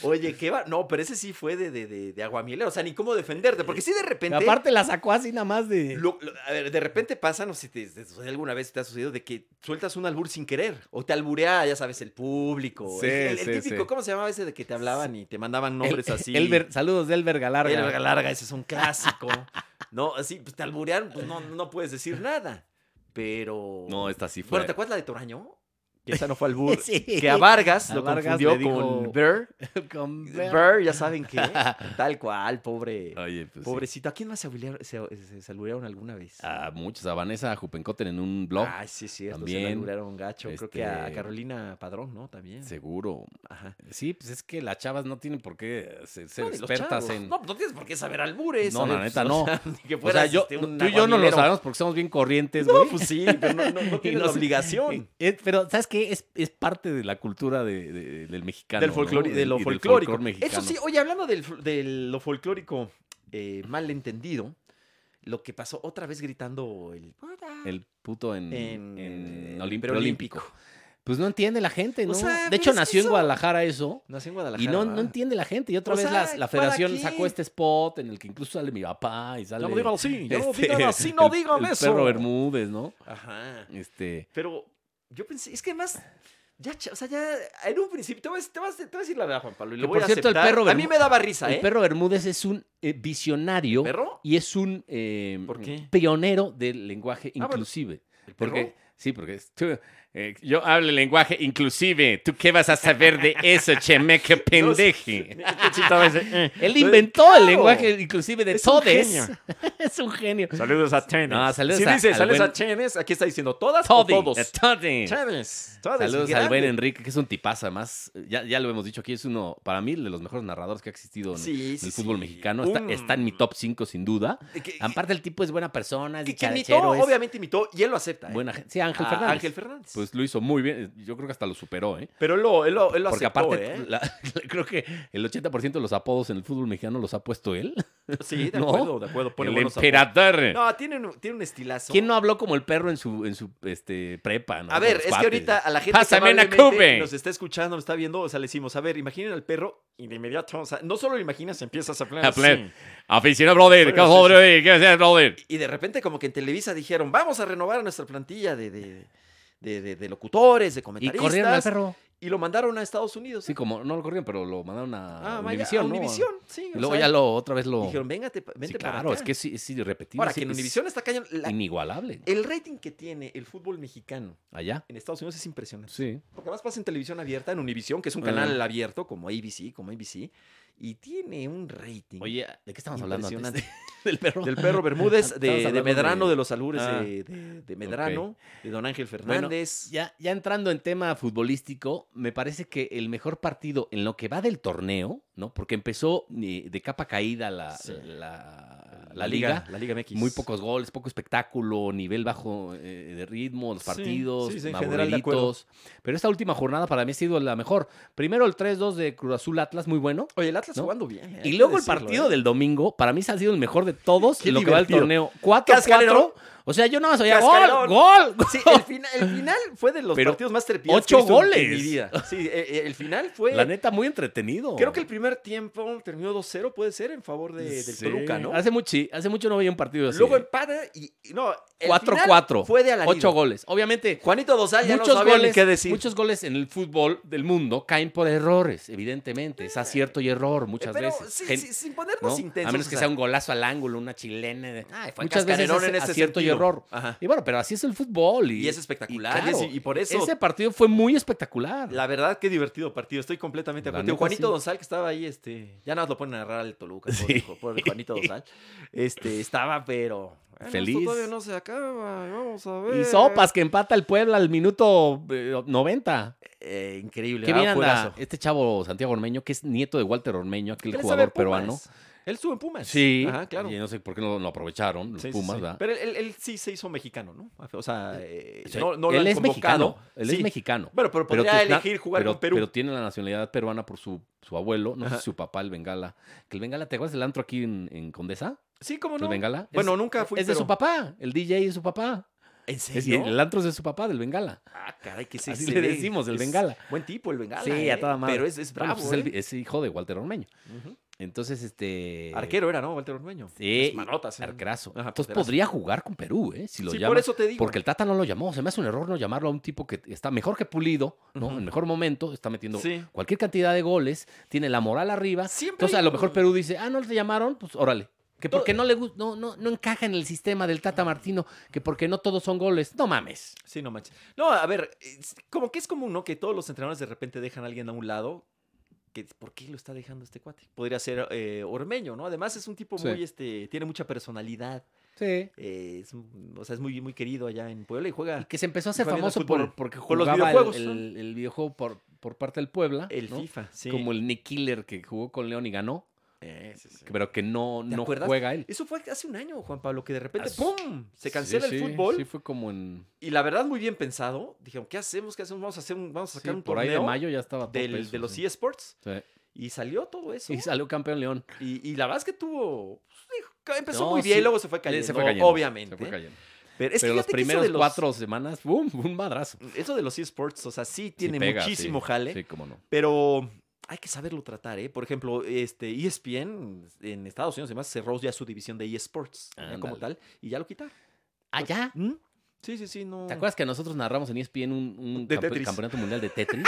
[SPEAKER 1] Oye, qué va. No, pero ese sí fue de, de, de, de aguamielero. O sea, ni cómo defenderte. Porque sí de repente.
[SPEAKER 2] Aparte la sacó así nada más de...
[SPEAKER 1] lo- lo- a ver, de repente pasa, no sé si te, te sucede alguna vez te ha sucedido, de que sueltas un albur sin querer. O te alburea, ya sabes, el público.
[SPEAKER 2] Sí,
[SPEAKER 1] el, el- el
[SPEAKER 2] sí,
[SPEAKER 1] típico,
[SPEAKER 2] sí.
[SPEAKER 1] ¿cómo se llamaba ese de que te hablaban y te mandaban
[SPEAKER 2] El- eh,
[SPEAKER 1] nombres así?
[SPEAKER 2] Elber- saludos de Elber Galarga.
[SPEAKER 1] Verga larga, ese es un clásico. no, así, pues te alburearon, pues no, no puedes decir nada. Pero.
[SPEAKER 2] No, esta sí fue.
[SPEAKER 1] Bueno, ¿te acuerdas la de Toraño? Que esa no fue albur.
[SPEAKER 2] Sí.
[SPEAKER 1] Que a Vargas
[SPEAKER 2] A
[SPEAKER 1] lo
[SPEAKER 2] Vargas
[SPEAKER 1] confundió
[SPEAKER 2] le dijo-
[SPEAKER 1] con Bear.
[SPEAKER 2] Con ver-
[SPEAKER 1] Bear, ya saben qué. Tal cual, pobre.
[SPEAKER 2] Oye, pues sí.
[SPEAKER 1] Pobrecito. ¿A quién más se, alburearon- se- se- se alburearon alguna vez?
[SPEAKER 2] A muchos, a Vanessa Jupencoten en un blog.
[SPEAKER 1] Ay, sí, es cierto. Se la
[SPEAKER 2] también.
[SPEAKER 1] alburearon gacho. Creo que a
[SPEAKER 2] Este-
[SPEAKER 1] Carolina Padrón, ¿no? También.
[SPEAKER 2] Seguro.
[SPEAKER 1] Ajá.
[SPEAKER 2] Sí, pues es que las chavas no tienen por qué ser, ser
[SPEAKER 1] No, ni los
[SPEAKER 2] expertas
[SPEAKER 1] chavos.
[SPEAKER 2] en...
[SPEAKER 1] No, no tienes por qué saber albures.
[SPEAKER 2] No, la
[SPEAKER 1] ¿sabes?
[SPEAKER 2] neta,
[SPEAKER 1] O
[SPEAKER 2] no.
[SPEAKER 1] sea, ni que
[SPEAKER 2] o sea,
[SPEAKER 1] fueras,
[SPEAKER 2] yo,
[SPEAKER 1] este, un
[SPEAKER 2] tú y yo no lo
[SPEAKER 1] aguamilero.
[SPEAKER 2] sabemos porque somos bien corrientes,
[SPEAKER 1] No,
[SPEAKER 2] güey.
[SPEAKER 1] pues sí, pero no, no, no
[SPEAKER 2] Y
[SPEAKER 1] tienes
[SPEAKER 2] no
[SPEAKER 1] la
[SPEAKER 2] sé-
[SPEAKER 1] obligación.
[SPEAKER 2] Eh, pero, ¿sabes qué? Es, es parte de la cultura de- de- del mexicano.
[SPEAKER 1] Del
[SPEAKER 2] ¿no?
[SPEAKER 1] folclore,
[SPEAKER 2] Y-
[SPEAKER 1] de
[SPEAKER 2] y
[SPEAKER 1] lo
[SPEAKER 2] del
[SPEAKER 1] folclórico.
[SPEAKER 2] folclor mexicano.
[SPEAKER 1] Eso sí, oye, hablando del fol- de lo folclórico eh, mal entendido, lo que pasó otra vez gritando el...
[SPEAKER 2] El puto en,
[SPEAKER 1] En-
[SPEAKER 2] Mm, en,
[SPEAKER 1] en
[SPEAKER 2] Olim-
[SPEAKER 1] preolímpico.
[SPEAKER 2] preolímpico. Pues no entiende la gente,
[SPEAKER 1] O
[SPEAKER 2] ¿no?
[SPEAKER 1] sea,
[SPEAKER 2] de
[SPEAKER 1] pero
[SPEAKER 2] hecho,
[SPEAKER 1] es que
[SPEAKER 2] nació en
[SPEAKER 1] eso-
[SPEAKER 2] Guadalajara eso.
[SPEAKER 1] Nació en
[SPEAKER 2] Y
[SPEAKER 1] Guadalajara.
[SPEAKER 2] no,
[SPEAKER 1] ¿verdad?
[SPEAKER 2] no entiende la gente. Y otra
[SPEAKER 1] O
[SPEAKER 2] vez
[SPEAKER 1] sea,
[SPEAKER 2] la, la
[SPEAKER 1] ¿para
[SPEAKER 2] federación
[SPEAKER 1] qué?
[SPEAKER 2] sacó este spot en el que incluso sale mi papá y sale.
[SPEAKER 1] No lo digan así, ya no
[SPEAKER 2] este,
[SPEAKER 1] digan así, no
[SPEAKER 2] el-
[SPEAKER 1] digan
[SPEAKER 2] el
[SPEAKER 1] eso.
[SPEAKER 2] Perro Bermúdez, ¿no?
[SPEAKER 1] Ajá.
[SPEAKER 2] Este.
[SPEAKER 1] Pero yo pensé, es que además... Ya, cha- o sea, ya en un principio, te voy a, te vas- te voy a decir la verdad, Juan Pablo, y lo
[SPEAKER 2] Que
[SPEAKER 1] voy
[SPEAKER 2] por
[SPEAKER 1] a
[SPEAKER 2] cierto, el
[SPEAKER 1] aceptar.
[SPEAKER 2] perro
[SPEAKER 1] A mí
[SPEAKER 2] Bermú-
[SPEAKER 1] me daba risa, ¿eh?
[SPEAKER 2] El perro Bermúdez es un eh, visionario
[SPEAKER 1] ¿Perro?
[SPEAKER 2] y es un eh,
[SPEAKER 1] ¿Por qué? Ah,
[SPEAKER 2] pionero del lenguaje
[SPEAKER 1] bueno.
[SPEAKER 2] inclusive.
[SPEAKER 1] ¿El perro?
[SPEAKER 2] Porque, sí, porque es- tú, eh, yo hablo el lenguaje inclusive. ¿Tú qué vas a saber de eso, chemeque pendeje? Él inventó el
[SPEAKER 1] Claro.
[SPEAKER 2] lenguaje inclusive de
[SPEAKER 1] Es un
[SPEAKER 2] todes.
[SPEAKER 1] genio.
[SPEAKER 2] es un genio.
[SPEAKER 1] Saludos a Chenes.
[SPEAKER 2] No, saludos
[SPEAKER 1] si
[SPEAKER 2] a-
[SPEAKER 1] dice
[SPEAKER 2] al
[SPEAKER 1] saludos
[SPEAKER 2] buen-
[SPEAKER 1] a Chenes, aquí está diciendo todas
[SPEAKER 2] Toddy,
[SPEAKER 1] o todos.
[SPEAKER 2] eh, Toddy.
[SPEAKER 1] Chenes. todas,
[SPEAKER 2] Saludos al
[SPEAKER 1] grande.
[SPEAKER 2] buen Enrique, que es un tipazo, además. Ya, ya lo hemos dicho aquí, es uno, para mí, de los mejores narradores que ha existido en
[SPEAKER 1] Sí,
[SPEAKER 2] en
[SPEAKER 1] sí,
[SPEAKER 2] el fútbol
[SPEAKER 1] sí. Mm.
[SPEAKER 2] mexicano. Está,
[SPEAKER 1] Un-
[SPEAKER 2] está en mi top 5, sin duda.
[SPEAKER 1] Que- que-
[SPEAKER 2] Aparte, el tipo es buena persona, es
[SPEAKER 1] que, que
[SPEAKER 2] dicharachero,
[SPEAKER 1] imitó,
[SPEAKER 2] es
[SPEAKER 1] obviamente imitó, y él lo acepta. ¿eh?
[SPEAKER 2] buena gente. Sí, Ángel
[SPEAKER 1] A
[SPEAKER 2] Fernández.
[SPEAKER 1] Ángel Fernández.
[SPEAKER 2] Pues lo hizo muy bien. Yo creo que hasta lo superó, ¿eh?
[SPEAKER 1] Pero él lo, él lo, él lo
[SPEAKER 2] Porque
[SPEAKER 1] aceptó,
[SPEAKER 2] aparte,
[SPEAKER 1] ¿eh?
[SPEAKER 2] la- creo que el 80% de los apodos en el fútbol mexicano los ha puesto él.
[SPEAKER 1] Sí, de
[SPEAKER 2] ¿no?
[SPEAKER 1] acuerdo, de acuerdo. Pone
[SPEAKER 2] el
[SPEAKER 1] buenos
[SPEAKER 2] emperador.
[SPEAKER 1] apodos. No, tiene un, tiene un estilazo.
[SPEAKER 2] ¿Quién no habló como el perro en su, en su este, prepa? ¿no?
[SPEAKER 1] A ver, es
[SPEAKER 2] Los
[SPEAKER 1] que
[SPEAKER 2] cuates.
[SPEAKER 1] ahorita a la gente
[SPEAKER 2] Pásame
[SPEAKER 1] que
[SPEAKER 2] una
[SPEAKER 1] amablemente
[SPEAKER 2] cube.
[SPEAKER 1] nos está escuchando, nos está viendo, o sea, le decimos, a ver, imaginen al perro y de inmediato, o sea, no solo lo imaginas, empiezas a planear
[SPEAKER 2] A planear.
[SPEAKER 1] así.
[SPEAKER 2] Aficionado, brother.
[SPEAKER 1] Bueno,
[SPEAKER 2] ¿Qué haces,
[SPEAKER 1] sí, sí.
[SPEAKER 2] brother? ¿Qué haces, brother?
[SPEAKER 1] Y de repente como que en Televisa dijeron, vamos a renovar nuestra plantilla de, de, de, de- de locutores, de
[SPEAKER 2] Y
[SPEAKER 1] comentaristas.
[SPEAKER 2] corrieron al perro.
[SPEAKER 1] y lo mandaron a Estados Unidos.
[SPEAKER 2] Sí, como no lo corrieron, pero lo mandaron a
[SPEAKER 1] Ah, vaya,
[SPEAKER 2] Univisión.
[SPEAKER 1] a
[SPEAKER 2] ¿no?
[SPEAKER 1] Univisión, sí.
[SPEAKER 2] Y
[SPEAKER 1] o
[SPEAKER 2] luego
[SPEAKER 1] sea,
[SPEAKER 2] ya lo, otra vez lo.
[SPEAKER 1] Dijeron, véngate, pa- vente
[SPEAKER 2] sí, claro,
[SPEAKER 1] para acá.
[SPEAKER 2] es que sí, es irrepetible.
[SPEAKER 1] Ahora,
[SPEAKER 2] sí,
[SPEAKER 1] que en
[SPEAKER 2] es
[SPEAKER 1] Univisión está cañón. la-
[SPEAKER 2] Inigualable.
[SPEAKER 1] el rating que tiene el fútbol mexicano
[SPEAKER 2] Allá.
[SPEAKER 1] en Estados Unidos es impresionante.
[SPEAKER 2] Sí.
[SPEAKER 1] Porque además pasa en televisión abierta, en Univisión, que es un
[SPEAKER 2] Ah.
[SPEAKER 1] canal abierto como ABC, como ABC. Y tiene un rating
[SPEAKER 2] Oye, ¿de qué estamos hablando antes?
[SPEAKER 1] impresionante.
[SPEAKER 2] Del perro.
[SPEAKER 1] Del perro Bermúdez,
[SPEAKER 2] Estamos
[SPEAKER 1] de, de
[SPEAKER 2] hablando
[SPEAKER 1] Medrano, de,
[SPEAKER 2] de-
[SPEAKER 1] los Alures,
[SPEAKER 2] Ah.
[SPEAKER 1] de, de- de Medrano, de Don Ángel
[SPEAKER 2] Bueno,
[SPEAKER 1] Fernández.
[SPEAKER 2] ya, ya entrando en tema futbolístico, me parece que el mejor partido en lo que va del torneo, ¿no? Porque empezó eh, de capa caída la,
[SPEAKER 1] Sí.
[SPEAKER 2] la, la liga.
[SPEAKER 1] La Liga MX.
[SPEAKER 2] Muy pocos goles, poco espectáculo, nivel bajo eh, de ritmo, los
[SPEAKER 1] Sí,
[SPEAKER 2] partidos,
[SPEAKER 1] sí, sí, en general, de acuerdo.
[SPEAKER 2] aburriditos. Pero esta última jornada para mí ha sido la mejor. Primero el 3-2 de Cruz Azul Atlas, muy bueno.
[SPEAKER 1] Oye, el Atlas
[SPEAKER 2] ¿no?
[SPEAKER 1] jugando bien. eh, hay
[SPEAKER 2] Y
[SPEAKER 1] que
[SPEAKER 2] luego el
[SPEAKER 1] decirlo,
[SPEAKER 2] partido
[SPEAKER 1] eh.
[SPEAKER 2] del domingo, para mí se ha sido el mejor de todos
[SPEAKER 1] Qué
[SPEAKER 2] en lo que va el
[SPEAKER 1] divertido.
[SPEAKER 2] torneo.
[SPEAKER 1] Cascarero.
[SPEAKER 2] 4-4. O sea, yo no más oía gol,
[SPEAKER 1] Cascarón.
[SPEAKER 2] gol.
[SPEAKER 1] Sí, el, fina- el final fue de los
[SPEAKER 2] Pero
[SPEAKER 1] partidos más trepidantes
[SPEAKER 2] ocho
[SPEAKER 1] que he visto en- en
[SPEAKER 2] goles.
[SPEAKER 1] mi vida. Sí, eh, eh, el final fue...
[SPEAKER 2] La neta, muy entretenido.
[SPEAKER 1] Creo que el primer tiempo terminó 2-0, puede ser, en favor de, del
[SPEAKER 2] Sí.
[SPEAKER 1] Toluca, ¿no?
[SPEAKER 2] Hace mucho, sí, hace mucho no veía un partido así.
[SPEAKER 1] Luego
[SPEAKER 2] ¿eh?
[SPEAKER 1] empata y... y No, el
[SPEAKER 2] 4-4.
[SPEAKER 1] final fue de alarido.
[SPEAKER 2] 8 goles. Obviamente,
[SPEAKER 1] Juanito Dosal ya no
[SPEAKER 2] muchos,
[SPEAKER 1] sabía ni
[SPEAKER 2] goles,
[SPEAKER 1] qué decir.
[SPEAKER 2] muchos goles en el fútbol del mundo caen por errores, evidentemente. Es acierto y error muchas
[SPEAKER 1] Eh, Pero
[SPEAKER 2] veces.
[SPEAKER 1] sí,
[SPEAKER 2] Gen-
[SPEAKER 1] sí, sin ponernos
[SPEAKER 2] ¿no?
[SPEAKER 1] intensos.
[SPEAKER 2] A menos
[SPEAKER 1] o
[SPEAKER 2] que
[SPEAKER 1] sea,
[SPEAKER 2] sea un golazo al ángulo, una chilena. de-
[SPEAKER 1] Ay, fue
[SPEAKER 2] Muchas veces
[SPEAKER 1] cascarerón
[SPEAKER 2] es
[SPEAKER 1] en ese
[SPEAKER 2] acierto y
[SPEAKER 1] sentido.
[SPEAKER 2] error.
[SPEAKER 1] Ajá.
[SPEAKER 2] Y bueno, pero así es el fútbol. Y,
[SPEAKER 1] Y es espectacular, y
[SPEAKER 2] claro,
[SPEAKER 1] es- y por eso-
[SPEAKER 2] Ese partido fue muy espectacular.
[SPEAKER 1] La verdad, qué divertido partido. Estoy completamente de
[SPEAKER 2] La
[SPEAKER 1] acuerdo. Digo,
[SPEAKER 2] neta,
[SPEAKER 1] Juanito
[SPEAKER 2] sí.
[SPEAKER 1] Dosal, que estaba ahí, este. Ya nada más lo ponen a narrar al Toluca, por
[SPEAKER 2] Sí.
[SPEAKER 1] Juanito Dosal. Este, estaba, pero. "Ah, no, esto
[SPEAKER 2] Feliz.
[SPEAKER 1] todavía no se acaba. Vamos a ver.
[SPEAKER 2] Y sopas que empata el Puebla al minuto eh, 90.
[SPEAKER 1] Eh, increíble.
[SPEAKER 2] Qué
[SPEAKER 1] ¿verdad?
[SPEAKER 2] bien anda
[SPEAKER 1] Juegazo.
[SPEAKER 2] este chavo Santiago Ormeño, que es nieto de Walter Ormeño, aquel
[SPEAKER 1] ¿Qué le sabe
[SPEAKER 2] jugador
[SPEAKER 1] Pumas?
[SPEAKER 2] peruano.
[SPEAKER 1] Él estuvo en Pumas.
[SPEAKER 2] Sí,
[SPEAKER 1] Ajá, claro.
[SPEAKER 2] y no sé por qué no lo aprovecharon los
[SPEAKER 1] Sí, sí,
[SPEAKER 2] Pumas,
[SPEAKER 1] sí.
[SPEAKER 2] ¿verdad?
[SPEAKER 1] Pero él, él- él sí se hizo mexicano, ¿no? O sea, eh,
[SPEAKER 2] O sea,
[SPEAKER 1] no, no lo
[SPEAKER 2] él
[SPEAKER 1] han
[SPEAKER 2] es
[SPEAKER 1] convocado.
[SPEAKER 2] mexicano. Él
[SPEAKER 1] Sí.
[SPEAKER 2] es mexicano.
[SPEAKER 1] Bueno, pero podría
[SPEAKER 2] tiene-
[SPEAKER 1] elegir jugar
[SPEAKER 2] pero-
[SPEAKER 1] con Perú.
[SPEAKER 2] Pero tiene la nacionalidad peruana por su, su abuelo, no
[SPEAKER 1] Ajá.
[SPEAKER 2] sé si su papá, el Bengala. Que el Bengala, ¿te acuerdas del antro aquí en, en Condesa?
[SPEAKER 1] sí, cómo
[SPEAKER 2] ¿El
[SPEAKER 1] no.
[SPEAKER 2] Bengala?
[SPEAKER 1] Bueno,
[SPEAKER 2] Es-
[SPEAKER 1] nunca fui.
[SPEAKER 2] Es de
[SPEAKER 1] pero-
[SPEAKER 2] su papá, el DJ es su papá.
[SPEAKER 1] ¿En
[SPEAKER 2] Es-
[SPEAKER 1] serio?
[SPEAKER 2] el antro es de su papá, del Bengala.
[SPEAKER 1] Ah, caray, que sí.
[SPEAKER 2] Así
[SPEAKER 1] se
[SPEAKER 2] le
[SPEAKER 1] ve.
[SPEAKER 2] decimos, el
[SPEAKER 1] Es
[SPEAKER 2] Bengala.
[SPEAKER 1] Buen tipo, el Bengala.
[SPEAKER 2] Sí, a
[SPEAKER 1] ¿eh?
[SPEAKER 2] toda madre.
[SPEAKER 1] Pero es, es
[SPEAKER 2] Bueno,
[SPEAKER 1] bravo.
[SPEAKER 2] pues es, el-
[SPEAKER 1] ¿eh?
[SPEAKER 2] es hijo de Walter Ormeño.
[SPEAKER 1] Ujú. Eh,
[SPEAKER 2] Entonces, este...
[SPEAKER 1] Arquero era, ¿no? Walter Ormeño.
[SPEAKER 2] Sí,
[SPEAKER 1] Las manotas. ¿eh?
[SPEAKER 2] Arquerazo.
[SPEAKER 1] Ajá,
[SPEAKER 2] Entonces
[SPEAKER 1] porterazo.
[SPEAKER 2] podría jugar con Perú, ¿eh? Si lo
[SPEAKER 1] sí,
[SPEAKER 2] llamas.
[SPEAKER 1] por eso te digo.
[SPEAKER 2] Porque el Tata no lo llamó. Se me hace un error no llamarlo a un tipo que está mejor que Pulido, ¿no?
[SPEAKER 1] Ujú.
[SPEAKER 2] En mejor momento, está metiendo
[SPEAKER 1] Sí.
[SPEAKER 2] cualquier cantidad de goles, tiene la moral arriba.
[SPEAKER 1] Siempre
[SPEAKER 2] Entonces, a
[SPEAKER 1] hay
[SPEAKER 2] lo
[SPEAKER 1] un-
[SPEAKER 2] mejor Perú dice, ah, no te llamaron, pues órale. Que
[SPEAKER 1] Todo-
[SPEAKER 2] porque no le gusta, no, no, no encaja en el sistema del Tata Martino, que porque no todos son goles. No mames.
[SPEAKER 1] Sí, no manches. No, a ver, es como que es común, ¿no? Que todos los entrenadores de repente dejan a alguien a un lado. Que, ¿Por qué lo está dejando este cuate? Podría ser eh, Ormeño, ¿no? Además es un tipo
[SPEAKER 2] Sí.
[SPEAKER 1] muy, este, tiene mucha personalidad.
[SPEAKER 2] Sí.
[SPEAKER 1] eh, es un- o sea, es muy, muy querido allá en Puebla y juega
[SPEAKER 2] Que se empezó a hacer
[SPEAKER 1] Juegan al
[SPEAKER 2] famoso
[SPEAKER 1] fútbol.
[SPEAKER 2] por, porque
[SPEAKER 1] Por los
[SPEAKER 2] jugaba el-
[SPEAKER 1] videojuegos,
[SPEAKER 2] el, el videojuego por, por parte del Puebla.
[SPEAKER 1] el
[SPEAKER 2] ¿no?
[SPEAKER 1] FIFA, sí.
[SPEAKER 2] Como el Nick Killer que jugó con León y ganó.
[SPEAKER 1] Eh, sí, sí.
[SPEAKER 2] pero que no,
[SPEAKER 1] ¿Te
[SPEAKER 2] no
[SPEAKER 1] acuerdas?
[SPEAKER 2] juega él.
[SPEAKER 1] Eso fue hace un año, Juan Pablo, que de repente
[SPEAKER 2] As-
[SPEAKER 1] ¡pum! Se cancela
[SPEAKER 2] Sí,
[SPEAKER 1] el
[SPEAKER 2] sí,
[SPEAKER 1] fútbol.
[SPEAKER 2] Sí, fue como en.
[SPEAKER 1] Y la verdad, muy bien pensado. Dijeron, ¿qué hacemos? ¿Qué hacemos? Vamos a, hacer un- vamos a
[SPEAKER 2] sí,
[SPEAKER 1] sacar un
[SPEAKER 2] por ahí
[SPEAKER 1] torneo
[SPEAKER 2] de mayo ya estaba todo
[SPEAKER 1] del-
[SPEAKER 2] peso,
[SPEAKER 1] de los
[SPEAKER 2] sí.
[SPEAKER 1] eSports.
[SPEAKER 2] Sí.
[SPEAKER 1] Y salió todo eso.
[SPEAKER 2] Y salió campeón León.
[SPEAKER 1] Y, y la verdad es que tuvo. pues, dijo, que empezó
[SPEAKER 2] No,
[SPEAKER 1] muy bien,
[SPEAKER 2] sí.
[SPEAKER 1] luego se fue cayendo.
[SPEAKER 2] Se fue cayendo,
[SPEAKER 1] Obviamente.
[SPEAKER 2] se fue cayendo.
[SPEAKER 1] Pero, es que
[SPEAKER 2] Pero los
[SPEAKER 1] fíjate que eso
[SPEAKER 2] primeros
[SPEAKER 1] de los-
[SPEAKER 2] cuatro semanas, ¡bum! Un madrazo. Sí
[SPEAKER 1] Eso de los eSports, o sea, sí tiene
[SPEAKER 2] pega,
[SPEAKER 1] muchísimo
[SPEAKER 2] sí,
[SPEAKER 1] jale.
[SPEAKER 2] Sí, cómo no.
[SPEAKER 1] Pero hay que saberlo tratar, ¿eh? Por ejemplo, este ESPN en Estados Unidos, además, cerró ya su división de eSports ¿eh? como
[SPEAKER 2] Ándale.
[SPEAKER 1] tal. Y ya lo quitaron.
[SPEAKER 2] Allá.
[SPEAKER 1] ¿Mm? Sí, sí, sí, no.
[SPEAKER 2] ¿Te acuerdas que nosotros narramos en E ESPN un, un
[SPEAKER 1] De
[SPEAKER 2] campe-
[SPEAKER 1] Tetris.
[SPEAKER 2] campeonato mundial de Tetris?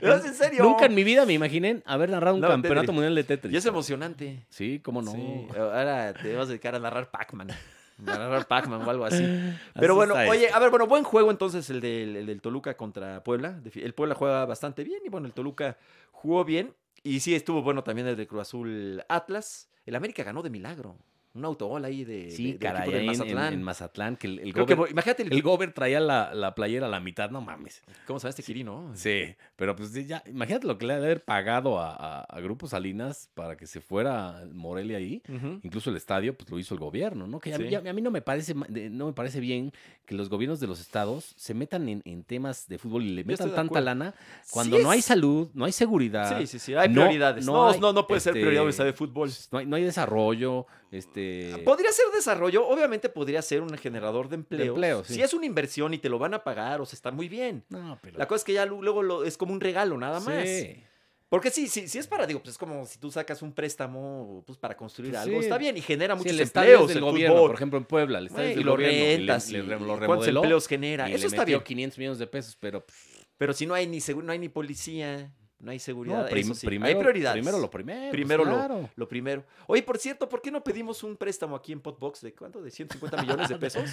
[SPEAKER 1] ¿No es en serio?
[SPEAKER 2] Nunca en mi vida me imaginé haber narrado un
[SPEAKER 1] No,
[SPEAKER 2] campeonato
[SPEAKER 1] Tetris.
[SPEAKER 2] mundial de Tetris.
[SPEAKER 1] Y es emocionante.
[SPEAKER 2] Sí, cómo no.
[SPEAKER 1] Sí, ahora te vas a dedicar a narrar Pac-Man. A narrar Pac-Man o algo así.
[SPEAKER 2] Así
[SPEAKER 1] Pero bueno,
[SPEAKER 2] está
[SPEAKER 1] oye,
[SPEAKER 2] esto.
[SPEAKER 1] a ver, bueno, buen juego entonces el del, el del Toluca contra Puebla. Defi- El Puebla juega bastante bien y bueno, el Toluca jugó bien. Y sí, estuvo bueno también el de Cruz Azul Atlas. El América ganó de milagro. Un autogol ahí de, de-
[SPEAKER 2] Sí,
[SPEAKER 1] del
[SPEAKER 2] caray,
[SPEAKER 1] equipo del
[SPEAKER 2] ahí en- en-
[SPEAKER 1] Mazatlán.
[SPEAKER 2] en Mazatlán, que el, el
[SPEAKER 1] Creo que,
[SPEAKER 2] Gober-
[SPEAKER 1] imagínate, el,
[SPEAKER 2] el Gober traía la, la playera a la mitad, no mames.
[SPEAKER 1] ¿cómo se llama este Quirino?
[SPEAKER 2] Sí, pero pues sí, ya, imagínate lo que le ha de haber pagado a, a, a Grupo Salinas para que se fuera Morelia ahí.
[SPEAKER 1] Ujú.
[SPEAKER 2] Incluso el estadio, pues lo hizo el gobierno, ¿no? Que a, mí-
[SPEAKER 1] Sí.
[SPEAKER 2] ya- a mí no me parece ma- de- no me parece bien que los gobiernos de los estados se metan en, en temas de fútbol y le
[SPEAKER 1] Yo estoy
[SPEAKER 2] metan
[SPEAKER 1] de
[SPEAKER 2] tanta
[SPEAKER 1] acuerdo.
[SPEAKER 2] lana cuando
[SPEAKER 1] Sí
[SPEAKER 2] no hay
[SPEAKER 1] es-
[SPEAKER 2] salud, no hay seguridad.
[SPEAKER 1] Sí, sí, sí, hay
[SPEAKER 2] No,
[SPEAKER 1] prioridades.
[SPEAKER 2] no
[SPEAKER 1] No, no,
[SPEAKER 2] hay,
[SPEAKER 1] no, puede ser
[SPEAKER 2] este,
[SPEAKER 1] prioridad un estadio de fútbol.
[SPEAKER 2] pues, no, hay, no hay desarrollo, este...
[SPEAKER 1] Podría ser desarrollo, obviamente podría ser un generador de empleo.
[SPEAKER 2] empleo, sí.
[SPEAKER 1] Si es una inversión y te lo van a pagar, o sea, está muy bien.
[SPEAKER 2] No, pero...
[SPEAKER 1] La cosa es que ya lu- luego lo- es como un regalo, nada más.
[SPEAKER 2] Sí.
[SPEAKER 1] Porque sí, sí, sí es para, digo, pues es como si tú sacas un préstamo pues, para construir
[SPEAKER 2] Pues
[SPEAKER 1] algo.
[SPEAKER 2] sí.
[SPEAKER 1] Está bien y genera
[SPEAKER 2] Sí,
[SPEAKER 1] muchos
[SPEAKER 2] el estadio
[SPEAKER 1] empleos.
[SPEAKER 2] es del
[SPEAKER 1] el
[SPEAKER 2] gobierno,
[SPEAKER 1] fútbol.
[SPEAKER 2] por ejemplo, en Puebla, el estadio
[SPEAKER 1] Güey,
[SPEAKER 2] es
[SPEAKER 1] y
[SPEAKER 2] del
[SPEAKER 1] lo
[SPEAKER 2] gobierno, y le-
[SPEAKER 1] rentas.
[SPEAKER 2] le-
[SPEAKER 1] y-
[SPEAKER 2] lo
[SPEAKER 1] ¿Cuántos
[SPEAKER 2] remodeló
[SPEAKER 1] empleos
[SPEAKER 2] y
[SPEAKER 1] genera?
[SPEAKER 2] le
[SPEAKER 1] Eso está
[SPEAKER 2] metió
[SPEAKER 1] bien.
[SPEAKER 2] 500 millones de pesos, pero pues,
[SPEAKER 1] Pero si no hay ni seguro, no hay ni policía, no hay seguridad.
[SPEAKER 2] No, prim-
[SPEAKER 1] eso sí,
[SPEAKER 2] primero,
[SPEAKER 1] hay prioridades.
[SPEAKER 2] Primero lo primero.
[SPEAKER 1] Primero
[SPEAKER 2] pues,
[SPEAKER 1] lo-
[SPEAKER 2] claro.
[SPEAKER 1] Lo primero. Oye, por cierto, ¿por qué no pedimos un préstamo aquí en Potbox de cuánto? ¿De 150 millones de pesos?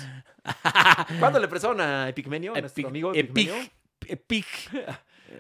[SPEAKER 1] ¿Cuándo le prestaron a Epigmenio, a nuestro
[SPEAKER 2] Epic-
[SPEAKER 1] amigo
[SPEAKER 2] Epic,
[SPEAKER 1] Epigmenio?
[SPEAKER 2] Epic.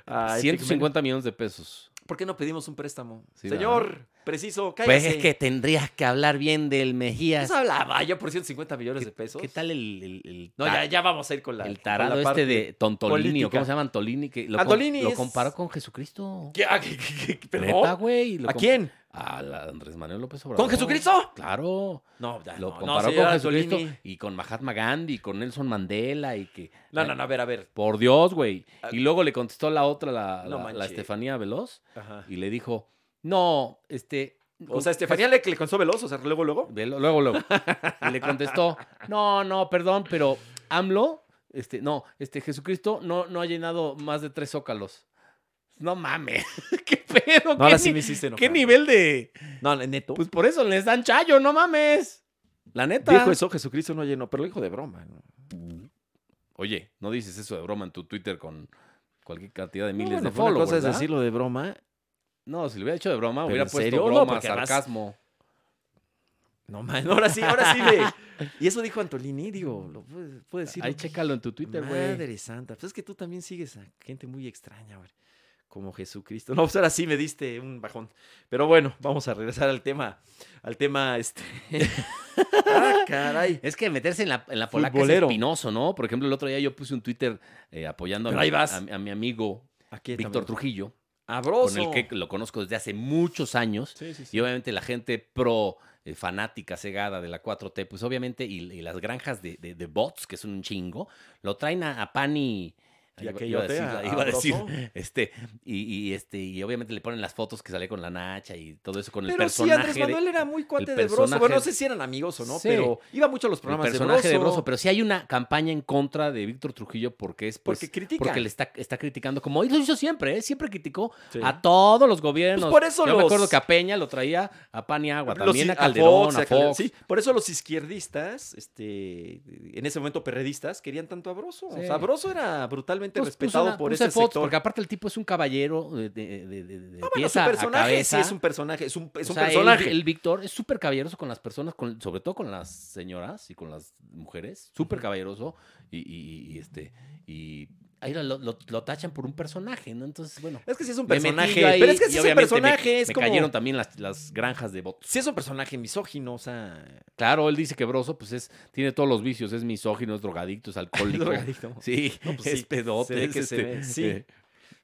[SPEAKER 1] A Epigmenio.
[SPEAKER 2] 150 millones de pesos.
[SPEAKER 1] ¿Por qué no pedimos un préstamo?
[SPEAKER 2] Sí,
[SPEAKER 1] Señor, preciso, cállese.
[SPEAKER 2] tendrías Pues que hablar bien del Mejías.
[SPEAKER 1] ¿Qué hablaba yo por 150 millones de pesos?
[SPEAKER 2] ¿Qué tal el, el, el
[SPEAKER 1] No, ya,
[SPEAKER 2] ta-
[SPEAKER 1] ya vamos a ir con la.
[SPEAKER 2] el
[SPEAKER 1] con
[SPEAKER 2] tarado
[SPEAKER 1] la
[SPEAKER 2] este
[SPEAKER 1] parte-
[SPEAKER 2] de Tontolini?
[SPEAKER 1] política.
[SPEAKER 2] ¿o ¿Cómo se llama Antolini? Que lo, com-
[SPEAKER 1] Antolini
[SPEAKER 2] lo
[SPEAKER 1] es-
[SPEAKER 2] comparó con Jesucristo.
[SPEAKER 1] ¿Qué? ¿A, qué- qué- qué- perdón?
[SPEAKER 2] Neta, güey. lo
[SPEAKER 1] ¿A
[SPEAKER 2] com-
[SPEAKER 1] quién?
[SPEAKER 2] A la- Andrés Manuel López Obrador.
[SPEAKER 1] ¿Con Jesucristo?
[SPEAKER 2] Claro.
[SPEAKER 1] No, ya, no,
[SPEAKER 2] Lo
[SPEAKER 1] no,
[SPEAKER 2] comparó
[SPEAKER 1] señora
[SPEAKER 2] con Jesucristo
[SPEAKER 1] Antolini.
[SPEAKER 2] y con Mahatma Gandhi, con Nelson Mandela y que...
[SPEAKER 1] No, no, no, a ver, a ver.
[SPEAKER 2] Por Dios, güey.
[SPEAKER 1] Ah.
[SPEAKER 2] Y luego le contestó la otra, la,
[SPEAKER 1] No
[SPEAKER 2] la- la
[SPEAKER 1] manches.
[SPEAKER 2] Estefanía Veloz,
[SPEAKER 1] Ajá.
[SPEAKER 2] y le dijo, no, este,
[SPEAKER 1] O sea, Estefanía le, le contó veloz, o sea, luego, luego.
[SPEAKER 2] Ve- Luego, luego. Y le contestó, no, no, perdón, pero AMLO, este, no, este, Jesucristo no, no ha llenado más de tres zócalos. No mames, qué pedo,
[SPEAKER 1] No,
[SPEAKER 2] ¿Qué,
[SPEAKER 1] ahora sí
[SPEAKER 2] ni-
[SPEAKER 1] me hiciste enojar.
[SPEAKER 2] qué nivel de...
[SPEAKER 1] No, neto.
[SPEAKER 2] Pues por eso les dan chayo, no mames. La neta.
[SPEAKER 1] dijo eso, Jesucristo no llenó, pero lo dijo de broma. ¿no?
[SPEAKER 2] Oye, no dices eso de broma en tu Twitter con cualquier cantidad de
[SPEAKER 1] No,
[SPEAKER 2] miles
[SPEAKER 1] bueno,
[SPEAKER 2] de
[SPEAKER 1] fue una
[SPEAKER 2] followers,
[SPEAKER 1] cosa es
[SPEAKER 2] ¿verdad?
[SPEAKER 1] decirlo de broma.
[SPEAKER 2] No, si lo hubiera hecho de broma,
[SPEAKER 1] ¿Pero
[SPEAKER 2] hubiera
[SPEAKER 1] en
[SPEAKER 2] puesto
[SPEAKER 1] serio? No,
[SPEAKER 2] broma,
[SPEAKER 1] porque además-
[SPEAKER 2] sarcasmo.
[SPEAKER 1] No, man, ahora sí, ahora sí me... Y eso dijo Antolini, digo, lo puede, puede decir.
[SPEAKER 2] Ahí
[SPEAKER 1] lo que-
[SPEAKER 2] chécalo en tu Twitter, güey.
[SPEAKER 1] Madre santa. Pues es que tú también sigues a gente muy extraña, güey. Como Jesucristo. No, pues ahora sí me diste un bajón. Pero bueno, vamos a regresar al tema. Al tema, este. ah, caray.
[SPEAKER 2] Es que meterse en la, en la polaca
[SPEAKER 1] Futbolero.
[SPEAKER 2] es espinoso, ¿no? Por ejemplo, el otro día yo puse un Twitter eh, apoyando a
[SPEAKER 1] Pero
[SPEAKER 2] mi,
[SPEAKER 1] ahí vas.
[SPEAKER 2] a- a mi amigo
[SPEAKER 1] Aquí
[SPEAKER 2] Víctor Trujillo, con
[SPEAKER 1] Abroso.
[SPEAKER 2] el que lo conozco desde hace muchos años.
[SPEAKER 1] Sí, sí, sí.
[SPEAKER 2] Y obviamente la gente pro eh, fanática cegada de la 4T, pues obviamente, y, y las granjas de, de- de bots, que son un chingo, lo traen a, a Pani.
[SPEAKER 1] Y
[SPEAKER 2] iba-
[SPEAKER 1] aquello
[SPEAKER 2] iba a
[SPEAKER 1] te
[SPEAKER 2] decir,
[SPEAKER 1] a-
[SPEAKER 2] iba a decir,
[SPEAKER 1] abrazó.
[SPEAKER 2] este, y, y, este, y obviamente le ponen las fotos que sale con la Nacha y todo eso con el
[SPEAKER 1] Pero sí,
[SPEAKER 2] personaje.
[SPEAKER 1] Andrés
[SPEAKER 2] de-
[SPEAKER 1] Manuel era muy cuate
[SPEAKER 2] el
[SPEAKER 1] de Broso. Bueno, no
[SPEAKER 2] personaje-
[SPEAKER 1] sé si eran amigos o no,
[SPEAKER 2] Sí.
[SPEAKER 1] pero iba mucho a los
[SPEAKER 2] el
[SPEAKER 1] programas
[SPEAKER 2] personaje de Broso,
[SPEAKER 1] pero
[SPEAKER 2] pero sí hay una campaña en contra de Víctor Trujillo porque es pues,
[SPEAKER 1] porque critica.
[SPEAKER 2] porque le está, está criticando, como él lo hizo siempre, ¿eh? siempre criticó
[SPEAKER 1] Sí.
[SPEAKER 2] a todos los gobiernos.
[SPEAKER 1] Pues por eso
[SPEAKER 2] Yo
[SPEAKER 1] los-
[SPEAKER 2] me acuerdo que a Peña lo traía a Pan y Agua,
[SPEAKER 1] Los
[SPEAKER 2] también
[SPEAKER 1] i-
[SPEAKER 2] a Calderón,
[SPEAKER 1] Fox,
[SPEAKER 2] a
[SPEAKER 1] a Calderón,
[SPEAKER 2] Fox.
[SPEAKER 1] sí. por eso los izquierdistas, este, en ese momento perredistas, querían tanto a Broso.
[SPEAKER 2] Sí.
[SPEAKER 1] O sea, Broso era brutalmente
[SPEAKER 2] Pues puso
[SPEAKER 1] respetado
[SPEAKER 2] una-
[SPEAKER 1] por
[SPEAKER 2] puse
[SPEAKER 1] ese
[SPEAKER 2] fotos,
[SPEAKER 1] sector.
[SPEAKER 2] Porque aparte el tipo es un caballero de, de, de- de- de
[SPEAKER 1] No, bueno,
[SPEAKER 2] pieza
[SPEAKER 1] su
[SPEAKER 2] a
[SPEAKER 1] personaje sí
[SPEAKER 2] cabeza.
[SPEAKER 1] es un personaje, es un, es
[SPEAKER 2] O
[SPEAKER 1] un
[SPEAKER 2] sea, él-
[SPEAKER 1] personaje.
[SPEAKER 2] El, Víctor es súper caballeroso con las personas, con- sobre todo con las señoras y con las mujeres. Súper caballeroso. Y, y- y, este. Y ahí lo, lo- lo tachan por un personaje, ¿no? Entonces, bueno.
[SPEAKER 1] Es que sí es un
[SPEAKER 2] me metí yo
[SPEAKER 1] personaje,
[SPEAKER 2] ahí
[SPEAKER 1] pero es que sí
[SPEAKER 2] y
[SPEAKER 1] es un
[SPEAKER 2] obviamente me-
[SPEAKER 1] personaje, es
[SPEAKER 2] me
[SPEAKER 1] como...
[SPEAKER 2] cayeron también las, las granjas de bots.
[SPEAKER 1] Sí es un personaje misógino, o sea...
[SPEAKER 2] Claro, él dice que Broso, pues es, tiene todos los vicios, es misógino, es drogadicto, es alcohólico.
[SPEAKER 1] drogadicto.
[SPEAKER 2] Sí,
[SPEAKER 1] No, pues
[SPEAKER 2] es
[SPEAKER 1] sí, se
[SPEAKER 2] pedote.
[SPEAKER 1] ve que
[SPEAKER 2] es
[SPEAKER 1] se ve, sí.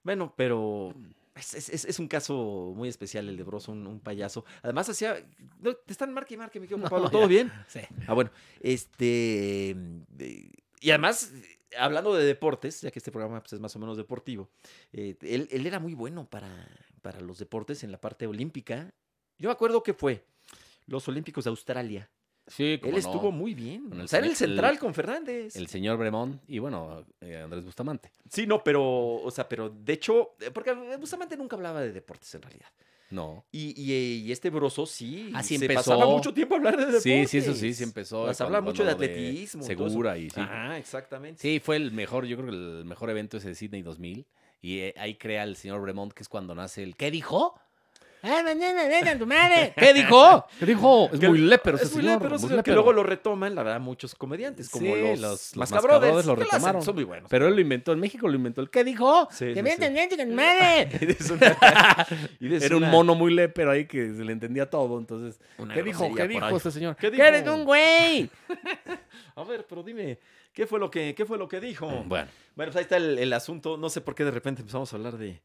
[SPEAKER 1] Bueno, pero es, es- es- es un caso muy especial el de Broso, un, un payaso. Además hacía... no, te están marque y marque, mi querido Juan
[SPEAKER 2] No,
[SPEAKER 1] Pablo,
[SPEAKER 2] ya.
[SPEAKER 1] ¿todo bien?
[SPEAKER 2] sí.
[SPEAKER 1] Ah, bueno. Este. de- Y además, hablando de deportes, ya que este programa pues, es más o menos deportivo, eh, él, él era muy bueno para, para los deportes en la parte olímpica. Yo me acuerdo que fue los Olímpicos de Australia.
[SPEAKER 2] Sí,
[SPEAKER 1] Él
[SPEAKER 2] cómo no.
[SPEAKER 1] estuvo muy bien.
[SPEAKER 2] Con
[SPEAKER 1] o
[SPEAKER 2] el
[SPEAKER 1] sea, era el
[SPEAKER 2] cine- el-
[SPEAKER 1] central con Fernández.
[SPEAKER 2] El señor Bremón y bueno, eh, Andrés Bustamante.
[SPEAKER 1] Sí, no, pero, o sea, pero de hecho, eh, porque Bustamante nunca hablaba de deportes en realidad.
[SPEAKER 2] No.
[SPEAKER 1] Y, y, eh, y este broso sí.
[SPEAKER 2] Así
[SPEAKER 1] se
[SPEAKER 2] empezó.
[SPEAKER 1] pasaba mucho tiempo a hablar de deportes.
[SPEAKER 2] Sí, sí, eso sí, sí empezó.
[SPEAKER 1] Las
[SPEAKER 2] cuando-
[SPEAKER 1] hablaba mucho de
[SPEAKER 2] cuando lo
[SPEAKER 1] atletismo. todo eso. Ah,
[SPEAKER 2] Segura y sí.
[SPEAKER 1] Ajá, exactamente.
[SPEAKER 2] Sí, fue el mejor, yo creo que el mejor evento ese de Sydney 2000. Y eh, ahí crea el señor Bremont, que es cuando nace el. ¿Qué dijo? ¡Ah, mañana, venga tu madre! ¿Qué dijo? ¿Qué dijo? Es
[SPEAKER 1] Que-
[SPEAKER 2] muy lépero ese
[SPEAKER 1] es muy
[SPEAKER 2] señor.
[SPEAKER 1] lépero,
[SPEAKER 2] muy
[SPEAKER 1] señor, que
[SPEAKER 2] lépero.
[SPEAKER 1] luego lo retoman, la verdad, muchos comediantes, como
[SPEAKER 2] Sí,
[SPEAKER 1] los,
[SPEAKER 2] los- los
[SPEAKER 1] Mascabrothers,
[SPEAKER 2] Mascabrothers lo
[SPEAKER 1] que hacen,
[SPEAKER 2] retomaron.
[SPEAKER 1] Son muy buenos.
[SPEAKER 2] Pero él lo inventó, en México lo inventó. ¿El qué dijo?
[SPEAKER 1] Sí, sí,
[SPEAKER 2] ¡Que venga,
[SPEAKER 1] sí.
[SPEAKER 2] venga tu madre!
[SPEAKER 1] Eres una- eres
[SPEAKER 2] Era un
[SPEAKER 1] una-
[SPEAKER 2] mono muy lépero ahí que se le entendía todo, entonces.
[SPEAKER 1] una
[SPEAKER 2] ¿Qué dijo?
[SPEAKER 1] grosería
[SPEAKER 2] ¿Qué
[SPEAKER 1] por
[SPEAKER 2] dijo
[SPEAKER 1] ahí.
[SPEAKER 2] este señor?
[SPEAKER 1] ¿Qué
[SPEAKER 2] ¿Qué
[SPEAKER 1] dijo?
[SPEAKER 2] ¡Eres un güey!
[SPEAKER 1] A ver, pero dime, ¿qué fue lo que, qué fue lo que dijo? Bueno,
[SPEAKER 2] Mm, Bueno,
[SPEAKER 1] pues ahí está el, el asunto. No sé por qué de repente empezamos a hablar de,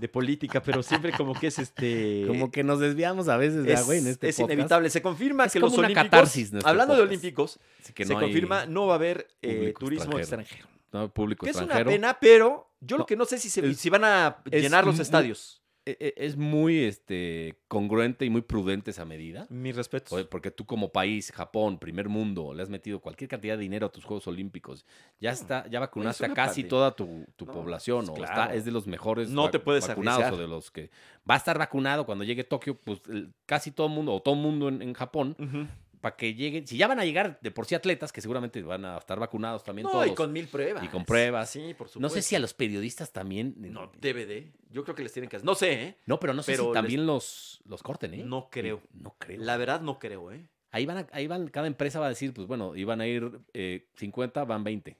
[SPEAKER 1] de política, pero siempre como que es este.
[SPEAKER 2] como que nos desviamos a veces,
[SPEAKER 1] es,
[SPEAKER 2] ¿verdad, güey, en este
[SPEAKER 1] es
[SPEAKER 2] podcast?
[SPEAKER 1] inevitable. Se confirma
[SPEAKER 2] Es
[SPEAKER 1] que
[SPEAKER 2] como
[SPEAKER 1] los
[SPEAKER 2] una
[SPEAKER 1] olímpicos.
[SPEAKER 2] catarsis nuestro
[SPEAKER 1] hablando de
[SPEAKER 2] podcast.
[SPEAKER 1] olímpicos,
[SPEAKER 2] Así que
[SPEAKER 1] se
[SPEAKER 2] no hay-
[SPEAKER 1] confirma no va a haber eh,
[SPEAKER 2] público
[SPEAKER 1] turismo
[SPEAKER 2] extranjero.
[SPEAKER 1] extranjero.
[SPEAKER 2] no hay público
[SPEAKER 1] Que es una
[SPEAKER 2] extranjero.
[SPEAKER 1] pena, pero yo lo
[SPEAKER 2] No,
[SPEAKER 1] que no sé si, se,
[SPEAKER 2] es-
[SPEAKER 1] si van a
[SPEAKER 2] es
[SPEAKER 1] llenar los
[SPEAKER 2] mu-
[SPEAKER 1] estadios.
[SPEAKER 2] E- e- Es muy este, congruente y muy prudente esa medida.
[SPEAKER 1] Mis respetos.
[SPEAKER 2] Oye, Porque tú como país, Japón, primer mundo, le has metido cualquier cantidad de dinero a tus Juegos Olímpicos. Ya está, ya vacunaste a
[SPEAKER 1] Mm. una
[SPEAKER 2] casi
[SPEAKER 1] pandemia.
[SPEAKER 2] toda tu, tu
[SPEAKER 1] No,
[SPEAKER 2] población.
[SPEAKER 1] pues,
[SPEAKER 2] o está-
[SPEAKER 1] claro.
[SPEAKER 2] es de los mejores
[SPEAKER 1] No
[SPEAKER 2] vac-
[SPEAKER 1] te puedes
[SPEAKER 2] vacunados
[SPEAKER 1] arriesgar.
[SPEAKER 2] o de los que va a estar vacunado cuando llegue Tokio, pues el- casi todo el mundo, o todo el mundo en, en Japón,
[SPEAKER 1] Ujú.
[SPEAKER 2] para que lleguen. Si ya van a llegar de por sí atletas, que seguramente van a estar vacunados también
[SPEAKER 1] No,
[SPEAKER 2] todos.
[SPEAKER 1] y con mil pruebas.
[SPEAKER 2] Y con pruebas.
[SPEAKER 1] Sí, por supuesto.
[SPEAKER 2] No sé si a los periodistas también.
[SPEAKER 1] No,
[SPEAKER 2] No,
[SPEAKER 1] DVD. Yo creo que les tienen que hacer. No sé, ¿eh?
[SPEAKER 2] pero no sé
[SPEAKER 1] Pero
[SPEAKER 2] si
[SPEAKER 1] les-
[SPEAKER 2] también los, los corten, ¿eh?
[SPEAKER 1] No creo.
[SPEAKER 2] No creo.
[SPEAKER 1] La verdad no creo, ¿eh?
[SPEAKER 2] Ahí van, a- ahí van, cada empresa va a decir, pues bueno, iban a ir eh, 50, van 20.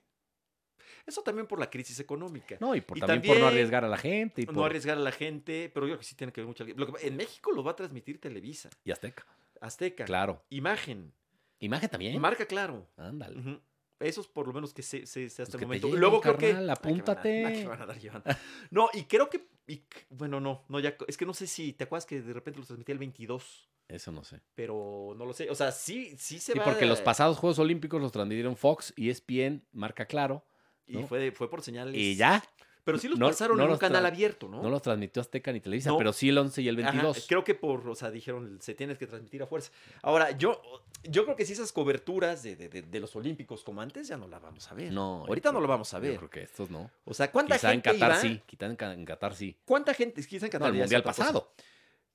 [SPEAKER 1] Eso también por la crisis económica. No,
[SPEAKER 2] No, y, por,
[SPEAKER 1] Y
[SPEAKER 2] también, por
[SPEAKER 1] también-
[SPEAKER 2] no arriesgar a la gente y, por,
[SPEAKER 1] arriesgar a la gente, pero yo creo que sí tiene que ver mucho. Lo que- en México lo va a transmitir Televisa,
[SPEAKER 2] y Azteca.
[SPEAKER 1] Azteca,
[SPEAKER 2] Claro. ¿Eh?
[SPEAKER 1] Imagen,
[SPEAKER 2] Imagen también.
[SPEAKER 1] Marca Claro.
[SPEAKER 2] Ándale.
[SPEAKER 1] Ujú. Esos por lo menos que se, se, se hasta
[SPEAKER 2] Pues que
[SPEAKER 1] el
[SPEAKER 2] te
[SPEAKER 1] momento.
[SPEAKER 2] lleguen,
[SPEAKER 1] Luego creo que.
[SPEAKER 2] carnal,
[SPEAKER 1] Ay, que van a-
[SPEAKER 2] apúntate.
[SPEAKER 1] ay, que van a dar, Iván. No, y creo que. y- bueno, no, no, ya. Es que no sé si te acuerdas que de repente los transmitía el 22,
[SPEAKER 2] Eso no sé.
[SPEAKER 1] pero no lo sé. O sea, sí, sí se
[SPEAKER 2] Sí,
[SPEAKER 1] va.
[SPEAKER 2] porque los
[SPEAKER 1] eh,
[SPEAKER 2] pasados Juegos E Olímpicos los transmitieron Fox, ESPN, Marca Claro.
[SPEAKER 1] Y
[SPEAKER 2] ¿no?
[SPEAKER 1] fue, fue por señales.
[SPEAKER 2] Y ya.
[SPEAKER 1] Pero sí los
[SPEAKER 2] No-
[SPEAKER 1] pasaron
[SPEAKER 2] no
[SPEAKER 1] en un
[SPEAKER 2] los tra-
[SPEAKER 1] canal abierto, ¿no?
[SPEAKER 2] No los transmitió Azteca ni Televisa,
[SPEAKER 1] No.
[SPEAKER 2] pero sí el 11 y el
[SPEAKER 1] Ajá,
[SPEAKER 2] 22.
[SPEAKER 1] creo que por, o sea, dijeron, se tiene que transmitir a fuerza. Ahora, yo, yo creo que si esas coberturas de, de- de- de los Olímpicos como antes, ya no la vamos a ver.
[SPEAKER 2] No, yo
[SPEAKER 1] Ahorita
[SPEAKER 2] creo-
[SPEAKER 1] no lo vamos a
[SPEAKER 2] Yo
[SPEAKER 1] ver.
[SPEAKER 2] creo que estos no.
[SPEAKER 1] O sea, ¿cuánta
[SPEAKER 2] Quizá en
[SPEAKER 1] gente
[SPEAKER 2] Qatar
[SPEAKER 1] iba?
[SPEAKER 2] sí. Quizá en, Ca- en Qatar sí.
[SPEAKER 1] ¿Cuánta gente? Quizá en Qatar
[SPEAKER 2] No,
[SPEAKER 1] ya
[SPEAKER 2] el
[SPEAKER 1] es
[SPEAKER 2] mundial
[SPEAKER 1] otra cosa.
[SPEAKER 2] pasado.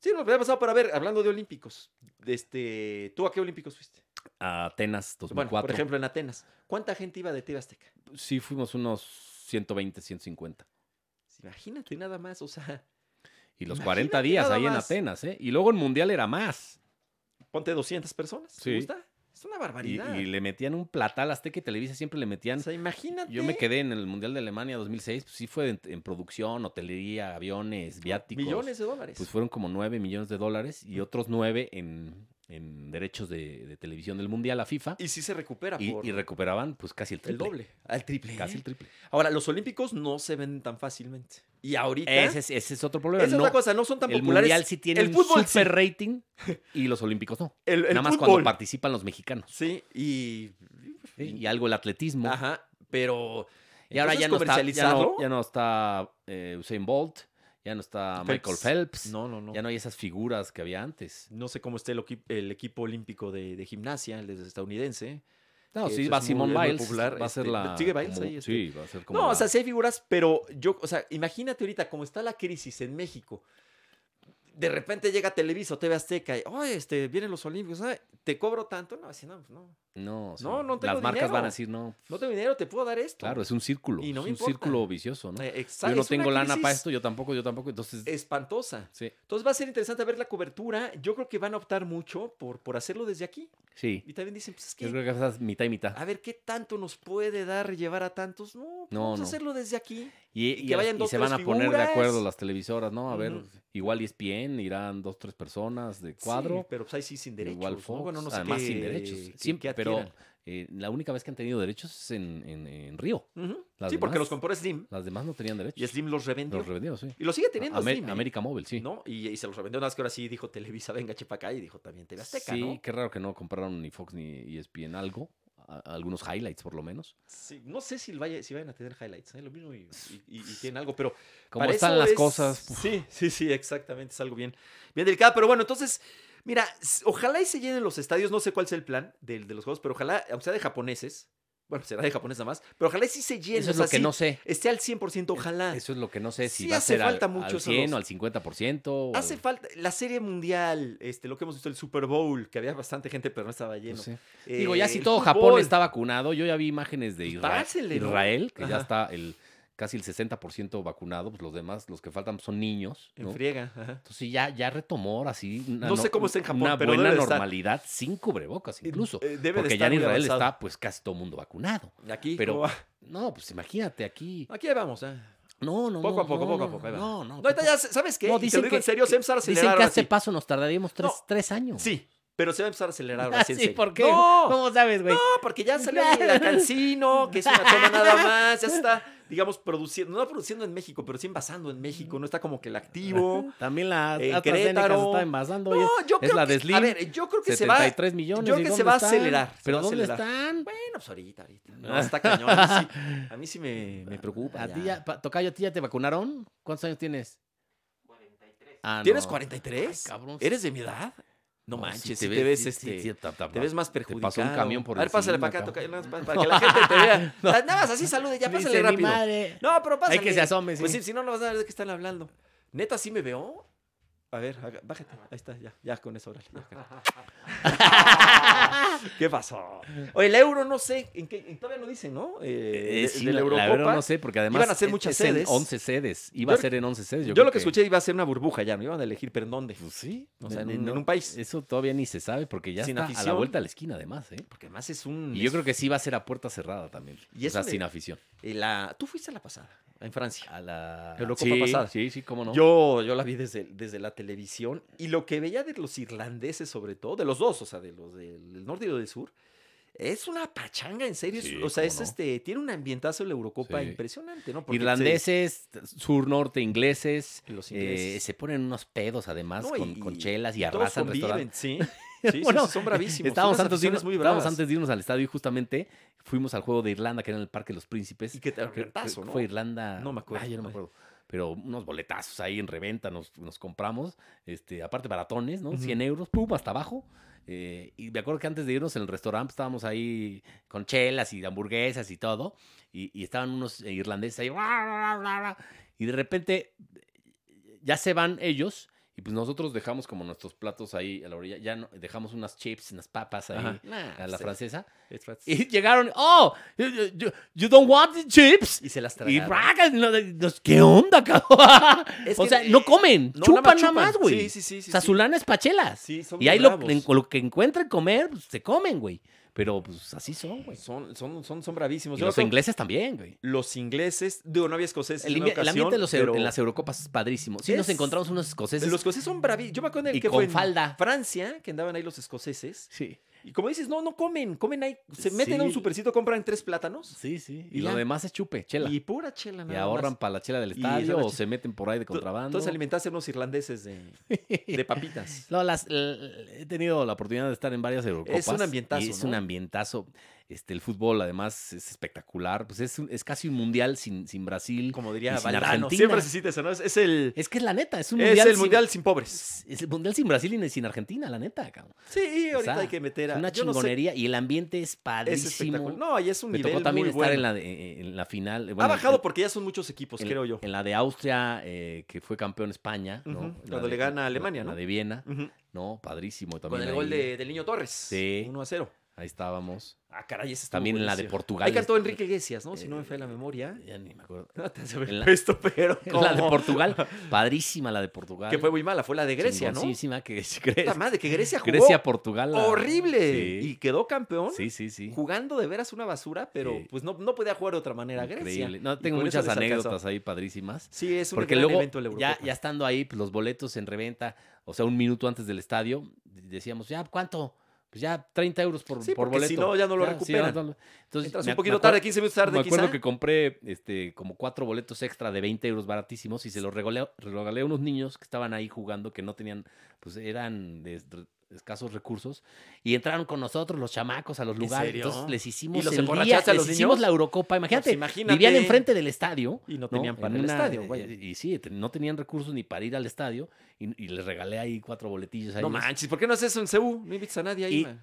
[SPEAKER 1] Sí, el mundial pasado, pero a ver, hablando de Olímpicos, de este, ¿tú a qué Olímpicos fuiste?
[SPEAKER 2] A Atenas
[SPEAKER 1] Bueno,
[SPEAKER 2] 2004.
[SPEAKER 1] por ejemplo, en Atenas. ¿Cuánta gente iba de TV Azteca?
[SPEAKER 2] Sí fuimos unos 120, 150.
[SPEAKER 1] Imagínate nada más, o sea,
[SPEAKER 2] Y los
[SPEAKER 1] Imagínate
[SPEAKER 2] 40 días
[SPEAKER 1] nada
[SPEAKER 2] ahí en
[SPEAKER 1] más.
[SPEAKER 2] Atenas, ¿eh? Y luego en Mundial era más.
[SPEAKER 1] ponte 200 personas. ¿Te
[SPEAKER 2] Sí.
[SPEAKER 1] gusta? Es una
[SPEAKER 2] Y,
[SPEAKER 1] barbaridad. Pues,
[SPEAKER 2] y le metían un platal Azteca y Televisa, siempre le metían...
[SPEAKER 1] O sea, imagínate.
[SPEAKER 2] Yo me quedé en el Mundial de Alemania 2006, pues sí fue en, en producción, hotelería, aviones, viáticos.
[SPEAKER 1] Millones de dólares.
[SPEAKER 2] Pues fueron como 9 millones de dólares y otros 9 en, en derechos de, de televisión del Mundial a FIFA.
[SPEAKER 1] y sí se recupera
[SPEAKER 2] Y,
[SPEAKER 1] por
[SPEAKER 2] y recuperaban pues casi el
[SPEAKER 1] el
[SPEAKER 2] triple.
[SPEAKER 1] doble. ¿eh? Al triple.
[SPEAKER 2] Casi el triple.
[SPEAKER 1] Ahora, los olímpicos no se venden tan fácilmente. Y ahorita.
[SPEAKER 2] Ese es, ese es otro problema.
[SPEAKER 1] esa es
[SPEAKER 2] no,
[SPEAKER 1] otra cosa, no son tan
[SPEAKER 2] el
[SPEAKER 1] populares.
[SPEAKER 2] Mundial sí tiene
[SPEAKER 1] el
[SPEAKER 2] un
[SPEAKER 1] fútbol sí.
[SPEAKER 2] super rating y los Olímpicos no.
[SPEAKER 1] El, el
[SPEAKER 2] Nada más
[SPEAKER 1] fútbol.
[SPEAKER 2] cuando participan los mexicanos.
[SPEAKER 1] Sí, y.
[SPEAKER 2] Y algo el atletismo.
[SPEAKER 1] Ajá, pero.
[SPEAKER 2] Y ahora
[SPEAKER 1] entonces,
[SPEAKER 2] ya no, está, ya,
[SPEAKER 1] comercializarlo.
[SPEAKER 2] no, ya no está eh, Usain Bolt, ya no está
[SPEAKER 1] Phelps.
[SPEAKER 2] Michael Phelps,
[SPEAKER 1] No, no, no.
[SPEAKER 2] ya no hay esas figuras que había antes.
[SPEAKER 1] No sé cómo esté el, equi- el equipo olímpico de, de gimnasia, el de estadounidense.
[SPEAKER 2] No,
[SPEAKER 1] Que
[SPEAKER 2] sí,
[SPEAKER 1] eso
[SPEAKER 2] va
[SPEAKER 1] es muy-
[SPEAKER 2] Simone
[SPEAKER 1] es muy
[SPEAKER 2] Biles,
[SPEAKER 1] popular,
[SPEAKER 2] va a ser
[SPEAKER 1] este,
[SPEAKER 2] la...
[SPEAKER 1] sigue Biles
[SPEAKER 2] como-
[SPEAKER 1] ahí, este.
[SPEAKER 2] Sí, va a ser como
[SPEAKER 1] No, o
[SPEAKER 2] la-
[SPEAKER 1] sea, sí hay figuras, pero yo, o sea, imagínate ahorita cómo está la crisis en México. De repente llega Televisa o TV Azteca y, oye, este, vienen los Olímpicos, ah, te cobro tanto. No, así no, no.
[SPEAKER 2] No, sí.
[SPEAKER 1] No, no tengo
[SPEAKER 2] Las marcas van
[SPEAKER 1] dinero.
[SPEAKER 2] a decir, no,
[SPEAKER 1] No tengo dinero, te puedo dar esto.
[SPEAKER 2] claro, es un círculo,
[SPEAKER 1] Y no me
[SPEAKER 2] es un
[SPEAKER 1] importa.
[SPEAKER 2] círculo vicioso, ¿no?
[SPEAKER 1] Eh, exa-
[SPEAKER 2] Yo no
[SPEAKER 1] es una
[SPEAKER 2] tengo lana para
[SPEAKER 1] crisis Eh,
[SPEAKER 2] esto, yo tampoco, yo tampoco, entonces...
[SPEAKER 1] Espantosa.
[SPEAKER 2] Sí,
[SPEAKER 1] Entonces va a ser interesante ver la cobertura. Yo creo que van a optar mucho por, por hacerlo desde aquí.
[SPEAKER 2] sí.
[SPEAKER 1] Y también dicen, pues es
[SPEAKER 2] Yo
[SPEAKER 1] que, Ah,
[SPEAKER 2] creo que esas mitad y mitad.
[SPEAKER 1] a ver, ¿qué tanto nos puede dar llevar a tantos? No, pues
[SPEAKER 2] No,
[SPEAKER 1] vamos
[SPEAKER 2] no.
[SPEAKER 1] a hacerlo desde aquí.
[SPEAKER 2] Y,
[SPEAKER 1] que
[SPEAKER 2] y a las-
[SPEAKER 1] vayan
[SPEAKER 2] y
[SPEAKER 1] dos,
[SPEAKER 2] se van a
[SPEAKER 1] tres
[SPEAKER 2] poner de acuerdo
[SPEAKER 1] figuras.
[SPEAKER 2] las televisoras, ¿no? A ver,
[SPEAKER 1] Ujú.
[SPEAKER 2] igual E ESPN, irán dos, tres personas de
[SPEAKER 1] Cuadro.
[SPEAKER 2] cuadro.
[SPEAKER 1] pero pues ahí sí sin derechos.
[SPEAKER 2] Igual
[SPEAKER 1] ¿no?
[SPEAKER 2] Fox,
[SPEAKER 1] Bueno, no sé
[SPEAKER 2] además
[SPEAKER 1] qué-
[SPEAKER 2] sin derechos.
[SPEAKER 1] qué- qué
[SPEAKER 2] Siempre, pero
[SPEAKER 1] adquieran.
[SPEAKER 2] eh, la única vez que han tenido derechos es en, en- en Río.
[SPEAKER 1] Ujú.
[SPEAKER 2] Las
[SPEAKER 1] Sí, porque
[SPEAKER 2] demás-
[SPEAKER 1] los compró Slim
[SPEAKER 2] Las demás no tenían derechos.
[SPEAKER 1] y Slim los revendió.
[SPEAKER 2] Los revendidos, sí.
[SPEAKER 1] y los sigue teniendo
[SPEAKER 2] Amé-
[SPEAKER 1] Slim. ¿eh?
[SPEAKER 2] América Móvil, sí.
[SPEAKER 1] ¿No? Y, y se los revendió. Nada más que ahora sí dijo Televisa, venga, chepa acá. Y dijo también TV Azteca,
[SPEAKER 2] sí,
[SPEAKER 1] ¿no?
[SPEAKER 2] qué raro que no compraron ni Fox ni E ESPN algo. a- algunos highlights, por lo menos.
[SPEAKER 1] Sí, no sé si, vaya- si vayan a tener highlights. ¿eh? Lo mismo y, y- y- y tienen algo, pero.
[SPEAKER 2] Como
[SPEAKER 1] para
[SPEAKER 2] están
[SPEAKER 1] eso
[SPEAKER 2] las
[SPEAKER 1] es-
[SPEAKER 2] cosas. uf,
[SPEAKER 1] Sí, sí, sí, exactamente. Es algo bien, bien delicado. Pero bueno, entonces, mira, s- ojalá y se llenen los estadios. No sé cuál sea el plan de, de los juegos, pero ojalá, aunque sea de japoneses. Bueno, será de japonés nada más. Pero ojalá y sí se llenen.
[SPEAKER 2] Eso es
[SPEAKER 1] o sea,
[SPEAKER 2] lo que
[SPEAKER 1] sí
[SPEAKER 2] no sé.
[SPEAKER 1] Esté al 100%, ojalá.
[SPEAKER 2] Eso es lo que no sé si
[SPEAKER 1] Sí
[SPEAKER 2] va a
[SPEAKER 1] hace
[SPEAKER 2] ser al-
[SPEAKER 1] falta
[SPEAKER 2] al,
[SPEAKER 1] mucho esos
[SPEAKER 2] 100 o
[SPEAKER 1] dos.
[SPEAKER 2] al 50%. o
[SPEAKER 1] Hace
[SPEAKER 2] al-
[SPEAKER 1] falta la serie mundial, este, lo que hemos visto, el Super Bowl, que había bastante gente, pero no estaba
[SPEAKER 2] no
[SPEAKER 1] lleno.
[SPEAKER 2] sé.
[SPEAKER 1] Eh,
[SPEAKER 2] Pues Digo, ya si
[SPEAKER 1] el
[SPEAKER 2] todo Japón
[SPEAKER 1] fútbol.
[SPEAKER 2] está vacunado, yo ya vi imágenes de
[SPEAKER 1] Pues
[SPEAKER 2] Israel,
[SPEAKER 1] pásele, ¿no?
[SPEAKER 2] Israel, que ya
[SPEAKER 1] Ajá.
[SPEAKER 2] está el casi el 60% vacunado, pues los demás, los que faltan son niños,
[SPEAKER 1] En
[SPEAKER 2] ¿no?
[SPEAKER 1] friega. ajá.
[SPEAKER 2] Entonces sí, ya, ya retomó ahora sí una,
[SPEAKER 1] No sé cómo está en Japón,
[SPEAKER 2] una
[SPEAKER 1] pero
[SPEAKER 2] buena
[SPEAKER 1] debe de estar.
[SPEAKER 2] normalidad sin cubrebocas incluso,
[SPEAKER 1] Eh, debe de
[SPEAKER 2] porque ya
[SPEAKER 1] estar
[SPEAKER 2] en
[SPEAKER 1] muy
[SPEAKER 2] Israel
[SPEAKER 1] avanzado.
[SPEAKER 2] está pues casi todo mundo vacunado.
[SPEAKER 1] Aquí,
[SPEAKER 2] pero-
[SPEAKER 1] ¿cómo va?
[SPEAKER 2] No, pues imagínate aquí.
[SPEAKER 1] aquí vamos. ¿eh?
[SPEAKER 2] No, no,
[SPEAKER 1] Poco
[SPEAKER 2] no,
[SPEAKER 1] a poco,
[SPEAKER 2] no,
[SPEAKER 1] poco a
[SPEAKER 2] no,
[SPEAKER 1] poco, ahí va.
[SPEAKER 2] No, no.
[SPEAKER 1] No, ahorita ya, ¿sabes qué?
[SPEAKER 2] No,
[SPEAKER 1] Y te
[SPEAKER 2] dicen
[SPEAKER 1] lo digo en
[SPEAKER 2] que-
[SPEAKER 1] serio, se va a empezar a
[SPEAKER 2] Dicen
[SPEAKER 1] acelerar
[SPEAKER 2] que a
[SPEAKER 1] ahora
[SPEAKER 2] este
[SPEAKER 1] sí.
[SPEAKER 2] paso nos tardaríamos tres,
[SPEAKER 1] No.
[SPEAKER 2] tres años.
[SPEAKER 1] Sí, pero se va a empezar a acelerar ahora
[SPEAKER 2] Ah,
[SPEAKER 1] sí. en
[SPEAKER 2] sí,
[SPEAKER 1] serio.
[SPEAKER 2] ¿por qué?
[SPEAKER 1] No,
[SPEAKER 2] ¿Cómo sabes, güey?
[SPEAKER 1] no, porque ya salió el calcino, que es una toma nada más, ya se está, digamos, produciendo, no produciendo en México, pero sí envasando en México, no está como que el activo.
[SPEAKER 2] También la
[SPEAKER 1] En
[SPEAKER 2] AstraZeneca se
[SPEAKER 1] Querétaro.
[SPEAKER 2] está envasando.
[SPEAKER 1] No,
[SPEAKER 2] oye.
[SPEAKER 1] yo
[SPEAKER 2] es
[SPEAKER 1] creo
[SPEAKER 2] la
[SPEAKER 1] que,
[SPEAKER 2] de Slim,
[SPEAKER 1] a ver, yo creo que se va,
[SPEAKER 2] 73 millones.
[SPEAKER 1] yo creo
[SPEAKER 2] ¿y
[SPEAKER 1] que
[SPEAKER 2] dónde
[SPEAKER 1] se va a
[SPEAKER 2] están?
[SPEAKER 1] acelerar, se
[SPEAKER 2] ¿Pero
[SPEAKER 1] va a
[SPEAKER 2] dónde
[SPEAKER 1] acelerar.
[SPEAKER 2] están?
[SPEAKER 1] Bueno, pues ahorita, ahorita. No, está cañón. A mí sí, a mí sí me, me preocupa.
[SPEAKER 2] A ti ya, pa- Tocayo, ¿a ti ya te vacunaron? ¿Cuántos años tienes? 43.
[SPEAKER 1] ¿Tienes 43?
[SPEAKER 2] Ah, Ay, cabrón.
[SPEAKER 1] ¿Eres de mi edad? No, manches,
[SPEAKER 2] si
[SPEAKER 1] si te ves,
[SPEAKER 2] sí,
[SPEAKER 1] este,
[SPEAKER 2] sí, ta- ta-
[SPEAKER 1] te ves más
[SPEAKER 2] pasó un
[SPEAKER 1] perjudicado.
[SPEAKER 2] camión por
[SPEAKER 1] A ver, pásale
[SPEAKER 2] encima,
[SPEAKER 1] para acá,
[SPEAKER 2] cabrón.
[SPEAKER 1] toca- no, para, para que la gente te vea. Nada más así salude, ya
[SPEAKER 2] Dice,
[SPEAKER 1] pásale
[SPEAKER 2] "Ni
[SPEAKER 1] rápido.
[SPEAKER 2] madre.
[SPEAKER 1] No, pero pásale.
[SPEAKER 2] Hay que se asome, sí.
[SPEAKER 1] Pues sí, si no, no vas a ver de qué están hablando. ¿Neta sí me veo? A ver, haga- bájate. Ahí está, ya, ya con eso, órale. ya, carajo. ¿Qué pasó? Oye, el euro no sé, en qué, en- todavía no dicen, ¿no? Eh,
[SPEAKER 2] Eh,
[SPEAKER 1] de-
[SPEAKER 2] sí,
[SPEAKER 1] de la
[SPEAKER 2] la- la
[SPEAKER 1] Eurocopa.
[SPEAKER 2] verdad no sé, porque además
[SPEAKER 1] Iban a hacer
[SPEAKER 2] es-
[SPEAKER 1] muchas
[SPEAKER 2] es en
[SPEAKER 1] sedes.
[SPEAKER 2] 11 sedes. Iba
[SPEAKER 1] Yo-
[SPEAKER 2] a ser en 11 sedes.
[SPEAKER 1] Yo,
[SPEAKER 2] Yo,
[SPEAKER 1] lo que
[SPEAKER 2] creo
[SPEAKER 1] escuché iba a ser una burbuja ya, me iban a elegir, pero ¿en dónde?
[SPEAKER 2] Pues sí.
[SPEAKER 1] O sea, en un- en un país.
[SPEAKER 2] Eso todavía ni se sabe porque ya
[SPEAKER 1] Sin
[SPEAKER 2] está a la
[SPEAKER 1] afición.
[SPEAKER 2] vuelta de la esquina, además. ¿eh?
[SPEAKER 1] Porque además es un...
[SPEAKER 2] Y yo
[SPEAKER 1] es-
[SPEAKER 2] creo que sí va a ser a puerta cerrada también.
[SPEAKER 1] Y
[SPEAKER 2] o sea,
[SPEAKER 1] eso le-
[SPEAKER 2] sin afición.
[SPEAKER 1] eh, la... Tú fuiste a la pasada, en Francia.
[SPEAKER 2] A la
[SPEAKER 1] La Eurocopa
[SPEAKER 2] sí,
[SPEAKER 1] pasada.
[SPEAKER 2] Sí, sí, cómo no.
[SPEAKER 1] Yo, yo la vi desde, desde la televisión y lo que veía de los irlandeses sobre todo, de los dos, o sea, de los del norte y del sur, es una pachanga, en serio. es-
[SPEAKER 2] Sí,
[SPEAKER 1] o sea,
[SPEAKER 2] cómo
[SPEAKER 1] es
[SPEAKER 2] no.
[SPEAKER 1] este, tiene un ambientazo la Eurocopa
[SPEAKER 2] Sí.
[SPEAKER 1] impresionante, ¿no? Porque se-
[SPEAKER 2] Irlandeses, sur, norte, ingleses.
[SPEAKER 1] Los
[SPEAKER 2] eh,
[SPEAKER 1] ingleses.
[SPEAKER 2] se ponen unos pedos además
[SPEAKER 1] No,
[SPEAKER 2] con,
[SPEAKER 1] y-
[SPEAKER 2] con chelas y
[SPEAKER 1] todos
[SPEAKER 2] arrasan
[SPEAKER 1] conviven,
[SPEAKER 2] restaurantes.
[SPEAKER 1] sí. Sí, sí,
[SPEAKER 2] Bueno,
[SPEAKER 1] sí, son bravísimos.
[SPEAKER 2] Estábamos
[SPEAKER 1] Son unas
[SPEAKER 2] antes, de
[SPEAKER 1] aficiones
[SPEAKER 2] irnos,
[SPEAKER 1] muy
[SPEAKER 2] estábamos
[SPEAKER 1] bravas.
[SPEAKER 2] antes de irnos al estadio y justamente fuimos al juego de Irlanda, que era en el Parque de los Príncipes.
[SPEAKER 1] Y que te
[SPEAKER 2] Creo-
[SPEAKER 1] retazo,
[SPEAKER 2] creo
[SPEAKER 1] ¿no?
[SPEAKER 2] Fue Irlanda.
[SPEAKER 1] No me acuerdo.
[SPEAKER 2] Ay, yo no me acuerdo. Pero unos boletazos ahí en reventa nos, nos compramos. Este, aparte, baratones, ¿no?
[SPEAKER 1] Ujú.
[SPEAKER 2] 100 euros, pum, hasta abajo. Eh, y me acuerdo que antes de irnos en el restaurante pues, estábamos ahí con chelas y hamburguesas y todo. Y, y estaban unos eh, irlandeses ahí. "Ra, ra, ra, ra, ra", Y de repente eh, ya se van ellos. Y pues nosotros dejamos como nuestros platos ahí a la orilla. Ya no- dejamos unas chips, unas papas ahí
[SPEAKER 1] Ajá.
[SPEAKER 2] a la
[SPEAKER 1] Sí.
[SPEAKER 2] francesa.
[SPEAKER 1] It's right.
[SPEAKER 2] Y llegaron, oh, you, you- you don't want the chips.
[SPEAKER 1] Y se las
[SPEAKER 2] Y
[SPEAKER 1] tragaron.
[SPEAKER 2] bragas, no, nos- ¿qué onda, cabrón?
[SPEAKER 1] Es
[SPEAKER 2] o
[SPEAKER 1] que-
[SPEAKER 2] sea, no comen,
[SPEAKER 1] No,
[SPEAKER 2] chupan nada
[SPEAKER 1] chupan.
[SPEAKER 2] más, güey.
[SPEAKER 1] Sí, sí, sí. sí,
[SPEAKER 2] o sea,
[SPEAKER 1] sí.
[SPEAKER 2] su lana es pachelas.
[SPEAKER 1] Sí, son
[SPEAKER 2] y
[SPEAKER 1] bien
[SPEAKER 2] ahí lo,
[SPEAKER 1] bravos.
[SPEAKER 2] en- lo que encuentren comer, pues, se comen, güey. Pero pues así son, güey.
[SPEAKER 1] Son, son, son, son bravísimos.
[SPEAKER 2] Y
[SPEAKER 1] Yo
[SPEAKER 2] los
[SPEAKER 1] creo-
[SPEAKER 2] ingleses también, güey.
[SPEAKER 1] Los ingleses, digo, no había escoceses
[SPEAKER 2] El,
[SPEAKER 1] en
[SPEAKER 2] ingle-
[SPEAKER 1] una
[SPEAKER 2] el
[SPEAKER 1] ocasión,
[SPEAKER 2] ambiente de los, euro-
[SPEAKER 1] pero
[SPEAKER 2] en las Eurocopas es padrísimo. Sí, nos
[SPEAKER 1] Es-
[SPEAKER 2] encontramos unos escoceses.
[SPEAKER 1] Los escoceses son bravísimos. Yo me acuerdo en el
[SPEAKER 2] Y
[SPEAKER 1] que
[SPEAKER 2] con
[SPEAKER 1] fue en
[SPEAKER 2] falda.
[SPEAKER 1] Francia, que andaban ahí los escoceses.
[SPEAKER 2] Sí,
[SPEAKER 1] Y como dices, no, no comen, comen ahí. Se meten a un
[SPEAKER 2] Sí.
[SPEAKER 1] supercito, compran tres plátanos
[SPEAKER 2] sí, sí. Y,
[SPEAKER 1] Y
[SPEAKER 2] lo
[SPEAKER 1] ya.
[SPEAKER 2] demás es chupe, chela.
[SPEAKER 1] y
[SPEAKER 2] Y,
[SPEAKER 1] pura chela nada más.
[SPEAKER 2] ahorran para la chela del
[SPEAKER 1] Y esa es la
[SPEAKER 2] estadio o
[SPEAKER 1] che-
[SPEAKER 2] se meten por ahí de
[SPEAKER 1] To-
[SPEAKER 2] contrabando.
[SPEAKER 1] Entonces alimentaste a unos irlandeses de, de papitas.
[SPEAKER 2] No, las, l- he tenido la oportunidad de estar en varias Eurocopas.
[SPEAKER 1] Es un ambientazo,
[SPEAKER 2] y Es
[SPEAKER 1] ¿no?
[SPEAKER 2] un ambientazo. Este, el fútbol, además, es espectacular. Pues es, un- es casi un mundial sin, sin Brasil.
[SPEAKER 1] Como
[SPEAKER 2] Y
[SPEAKER 1] diría
[SPEAKER 2] sin
[SPEAKER 1] Valdano.
[SPEAKER 2] Argentina.
[SPEAKER 1] Siempre se cita eso, ¿no? Es, es el,
[SPEAKER 2] Es que es la neta, es un
[SPEAKER 1] es
[SPEAKER 2] mundial.
[SPEAKER 1] el
[SPEAKER 2] sin-
[SPEAKER 1] mundial sin pobres.
[SPEAKER 2] Es es el mundial sin Brasil y ni sin Argentina, la neta, cabrón.
[SPEAKER 1] Sí,
[SPEAKER 2] O
[SPEAKER 1] ahorita
[SPEAKER 2] sea,
[SPEAKER 1] hay que meter
[SPEAKER 2] Es
[SPEAKER 1] a...
[SPEAKER 2] una
[SPEAKER 1] yo no sé,
[SPEAKER 2] chingonería y el ambiente es
[SPEAKER 1] es
[SPEAKER 2] padrísimo.
[SPEAKER 1] espectacular. No, y es un
[SPEAKER 2] Me
[SPEAKER 1] nivel
[SPEAKER 2] tocó también
[SPEAKER 1] muy
[SPEAKER 2] estar
[SPEAKER 1] bueno.
[SPEAKER 2] en, la de- eh, en la final.
[SPEAKER 1] ha
[SPEAKER 2] bueno,
[SPEAKER 1] bajado
[SPEAKER 2] en-
[SPEAKER 1] porque ya son muchos equipos,
[SPEAKER 2] en-
[SPEAKER 1] creo yo.
[SPEAKER 2] En la de Austria, eh, que fue campeón España. ¿no?
[SPEAKER 1] Ujú,
[SPEAKER 2] La
[SPEAKER 1] cuando le gana a Alemania,
[SPEAKER 2] La
[SPEAKER 1] ¿no?
[SPEAKER 2] de Viena,
[SPEAKER 1] Ujú.
[SPEAKER 2] ¿no? Padrísimo
[SPEAKER 1] Con
[SPEAKER 2] también.
[SPEAKER 1] el
[SPEAKER 2] ahí.
[SPEAKER 1] gol de, del niño Torres.
[SPEAKER 2] Sí.
[SPEAKER 1] 1 a 0.
[SPEAKER 2] Ahí estábamos.
[SPEAKER 1] Ah, caray, ese estuvo
[SPEAKER 2] También en la de
[SPEAKER 1] buenísimo.
[SPEAKER 2] Portugal.
[SPEAKER 1] Ahí cantó
[SPEAKER 2] es-
[SPEAKER 1] Enrique Iglesias, ¿no? Si no me falla la memoria.
[SPEAKER 2] Ya ni me acuerdo.
[SPEAKER 1] No te hace ver
[SPEAKER 2] en la-
[SPEAKER 1] esto, pero ¿cómo?
[SPEAKER 2] La de Portugal. Padrísima la de Portugal.
[SPEAKER 1] Que fue muy mala, fue la de Grecia, ¿no?
[SPEAKER 2] Chingoncísima que es Grecia.
[SPEAKER 1] Puta madre, que Grecia jugó
[SPEAKER 2] Grecia, Portugal. la-
[SPEAKER 1] horrible.
[SPEAKER 2] Sí.
[SPEAKER 1] Y quedó campeón
[SPEAKER 2] sí, sí, sí.
[SPEAKER 1] jugando de veras una basura, pero
[SPEAKER 2] Sí.
[SPEAKER 1] pues no, no podía jugar de otra manera
[SPEAKER 2] Increíble.
[SPEAKER 1] Grecia.
[SPEAKER 2] No,
[SPEAKER 1] Y
[SPEAKER 2] tengo
[SPEAKER 1] con eso
[SPEAKER 2] muchas
[SPEAKER 1] les alcanzó.
[SPEAKER 2] anécdotas ahí padrísimas.
[SPEAKER 1] Sí, es un
[SPEAKER 2] Porque
[SPEAKER 1] gran
[SPEAKER 2] luego,
[SPEAKER 1] evento el
[SPEAKER 2] ya,
[SPEAKER 1] Eurocopa.
[SPEAKER 2] ya estando ahí, pues, los boletos en reventa, o sea, un minuto antes del estadio, decíamos, ya, ¿cuánto? Pues ya 30 euros por,
[SPEAKER 1] Sí,
[SPEAKER 2] por
[SPEAKER 1] porque
[SPEAKER 2] boleto.
[SPEAKER 1] si no, ya no lo recuperan.
[SPEAKER 2] no lo- Entonces,
[SPEAKER 1] Entras
[SPEAKER 2] me-
[SPEAKER 1] un
[SPEAKER 2] me
[SPEAKER 1] poquito
[SPEAKER 2] acuer-
[SPEAKER 1] tarde, 15 minutos tarde
[SPEAKER 2] Me
[SPEAKER 1] quizá.
[SPEAKER 2] acuerdo que compré este, como cuatro boletos extra de 20 euros baratísimos y se los regalé, regalé a unos niños que estaban ahí jugando que no tenían, pues eran de es- de escasos recursos y entraron con nosotros los chamacos a los
[SPEAKER 1] ¿En
[SPEAKER 2] lugares.
[SPEAKER 1] serio?
[SPEAKER 2] Entonces les hicimos
[SPEAKER 1] ¿Y los
[SPEAKER 2] el día,
[SPEAKER 1] emborrachaste a
[SPEAKER 2] les
[SPEAKER 1] los
[SPEAKER 2] hicimos
[SPEAKER 1] niños?
[SPEAKER 2] la Eurocopa. Imagínate,
[SPEAKER 1] Pues imagínate.
[SPEAKER 2] vivían enfrente del estadio.
[SPEAKER 1] Y no tenían para
[SPEAKER 2] En
[SPEAKER 1] el
[SPEAKER 2] una- eh,
[SPEAKER 1] estadio, vaya.
[SPEAKER 2] Y, sí, te- no tenían recursos ni para ir al estadio y, y les regalé ahí cuatro boletillos. a
[SPEAKER 1] No
[SPEAKER 2] ellos.
[SPEAKER 1] manches, ¿por qué no haces eso en CEU? No invitas a nadie ahí.
[SPEAKER 2] Y-
[SPEAKER 1] man.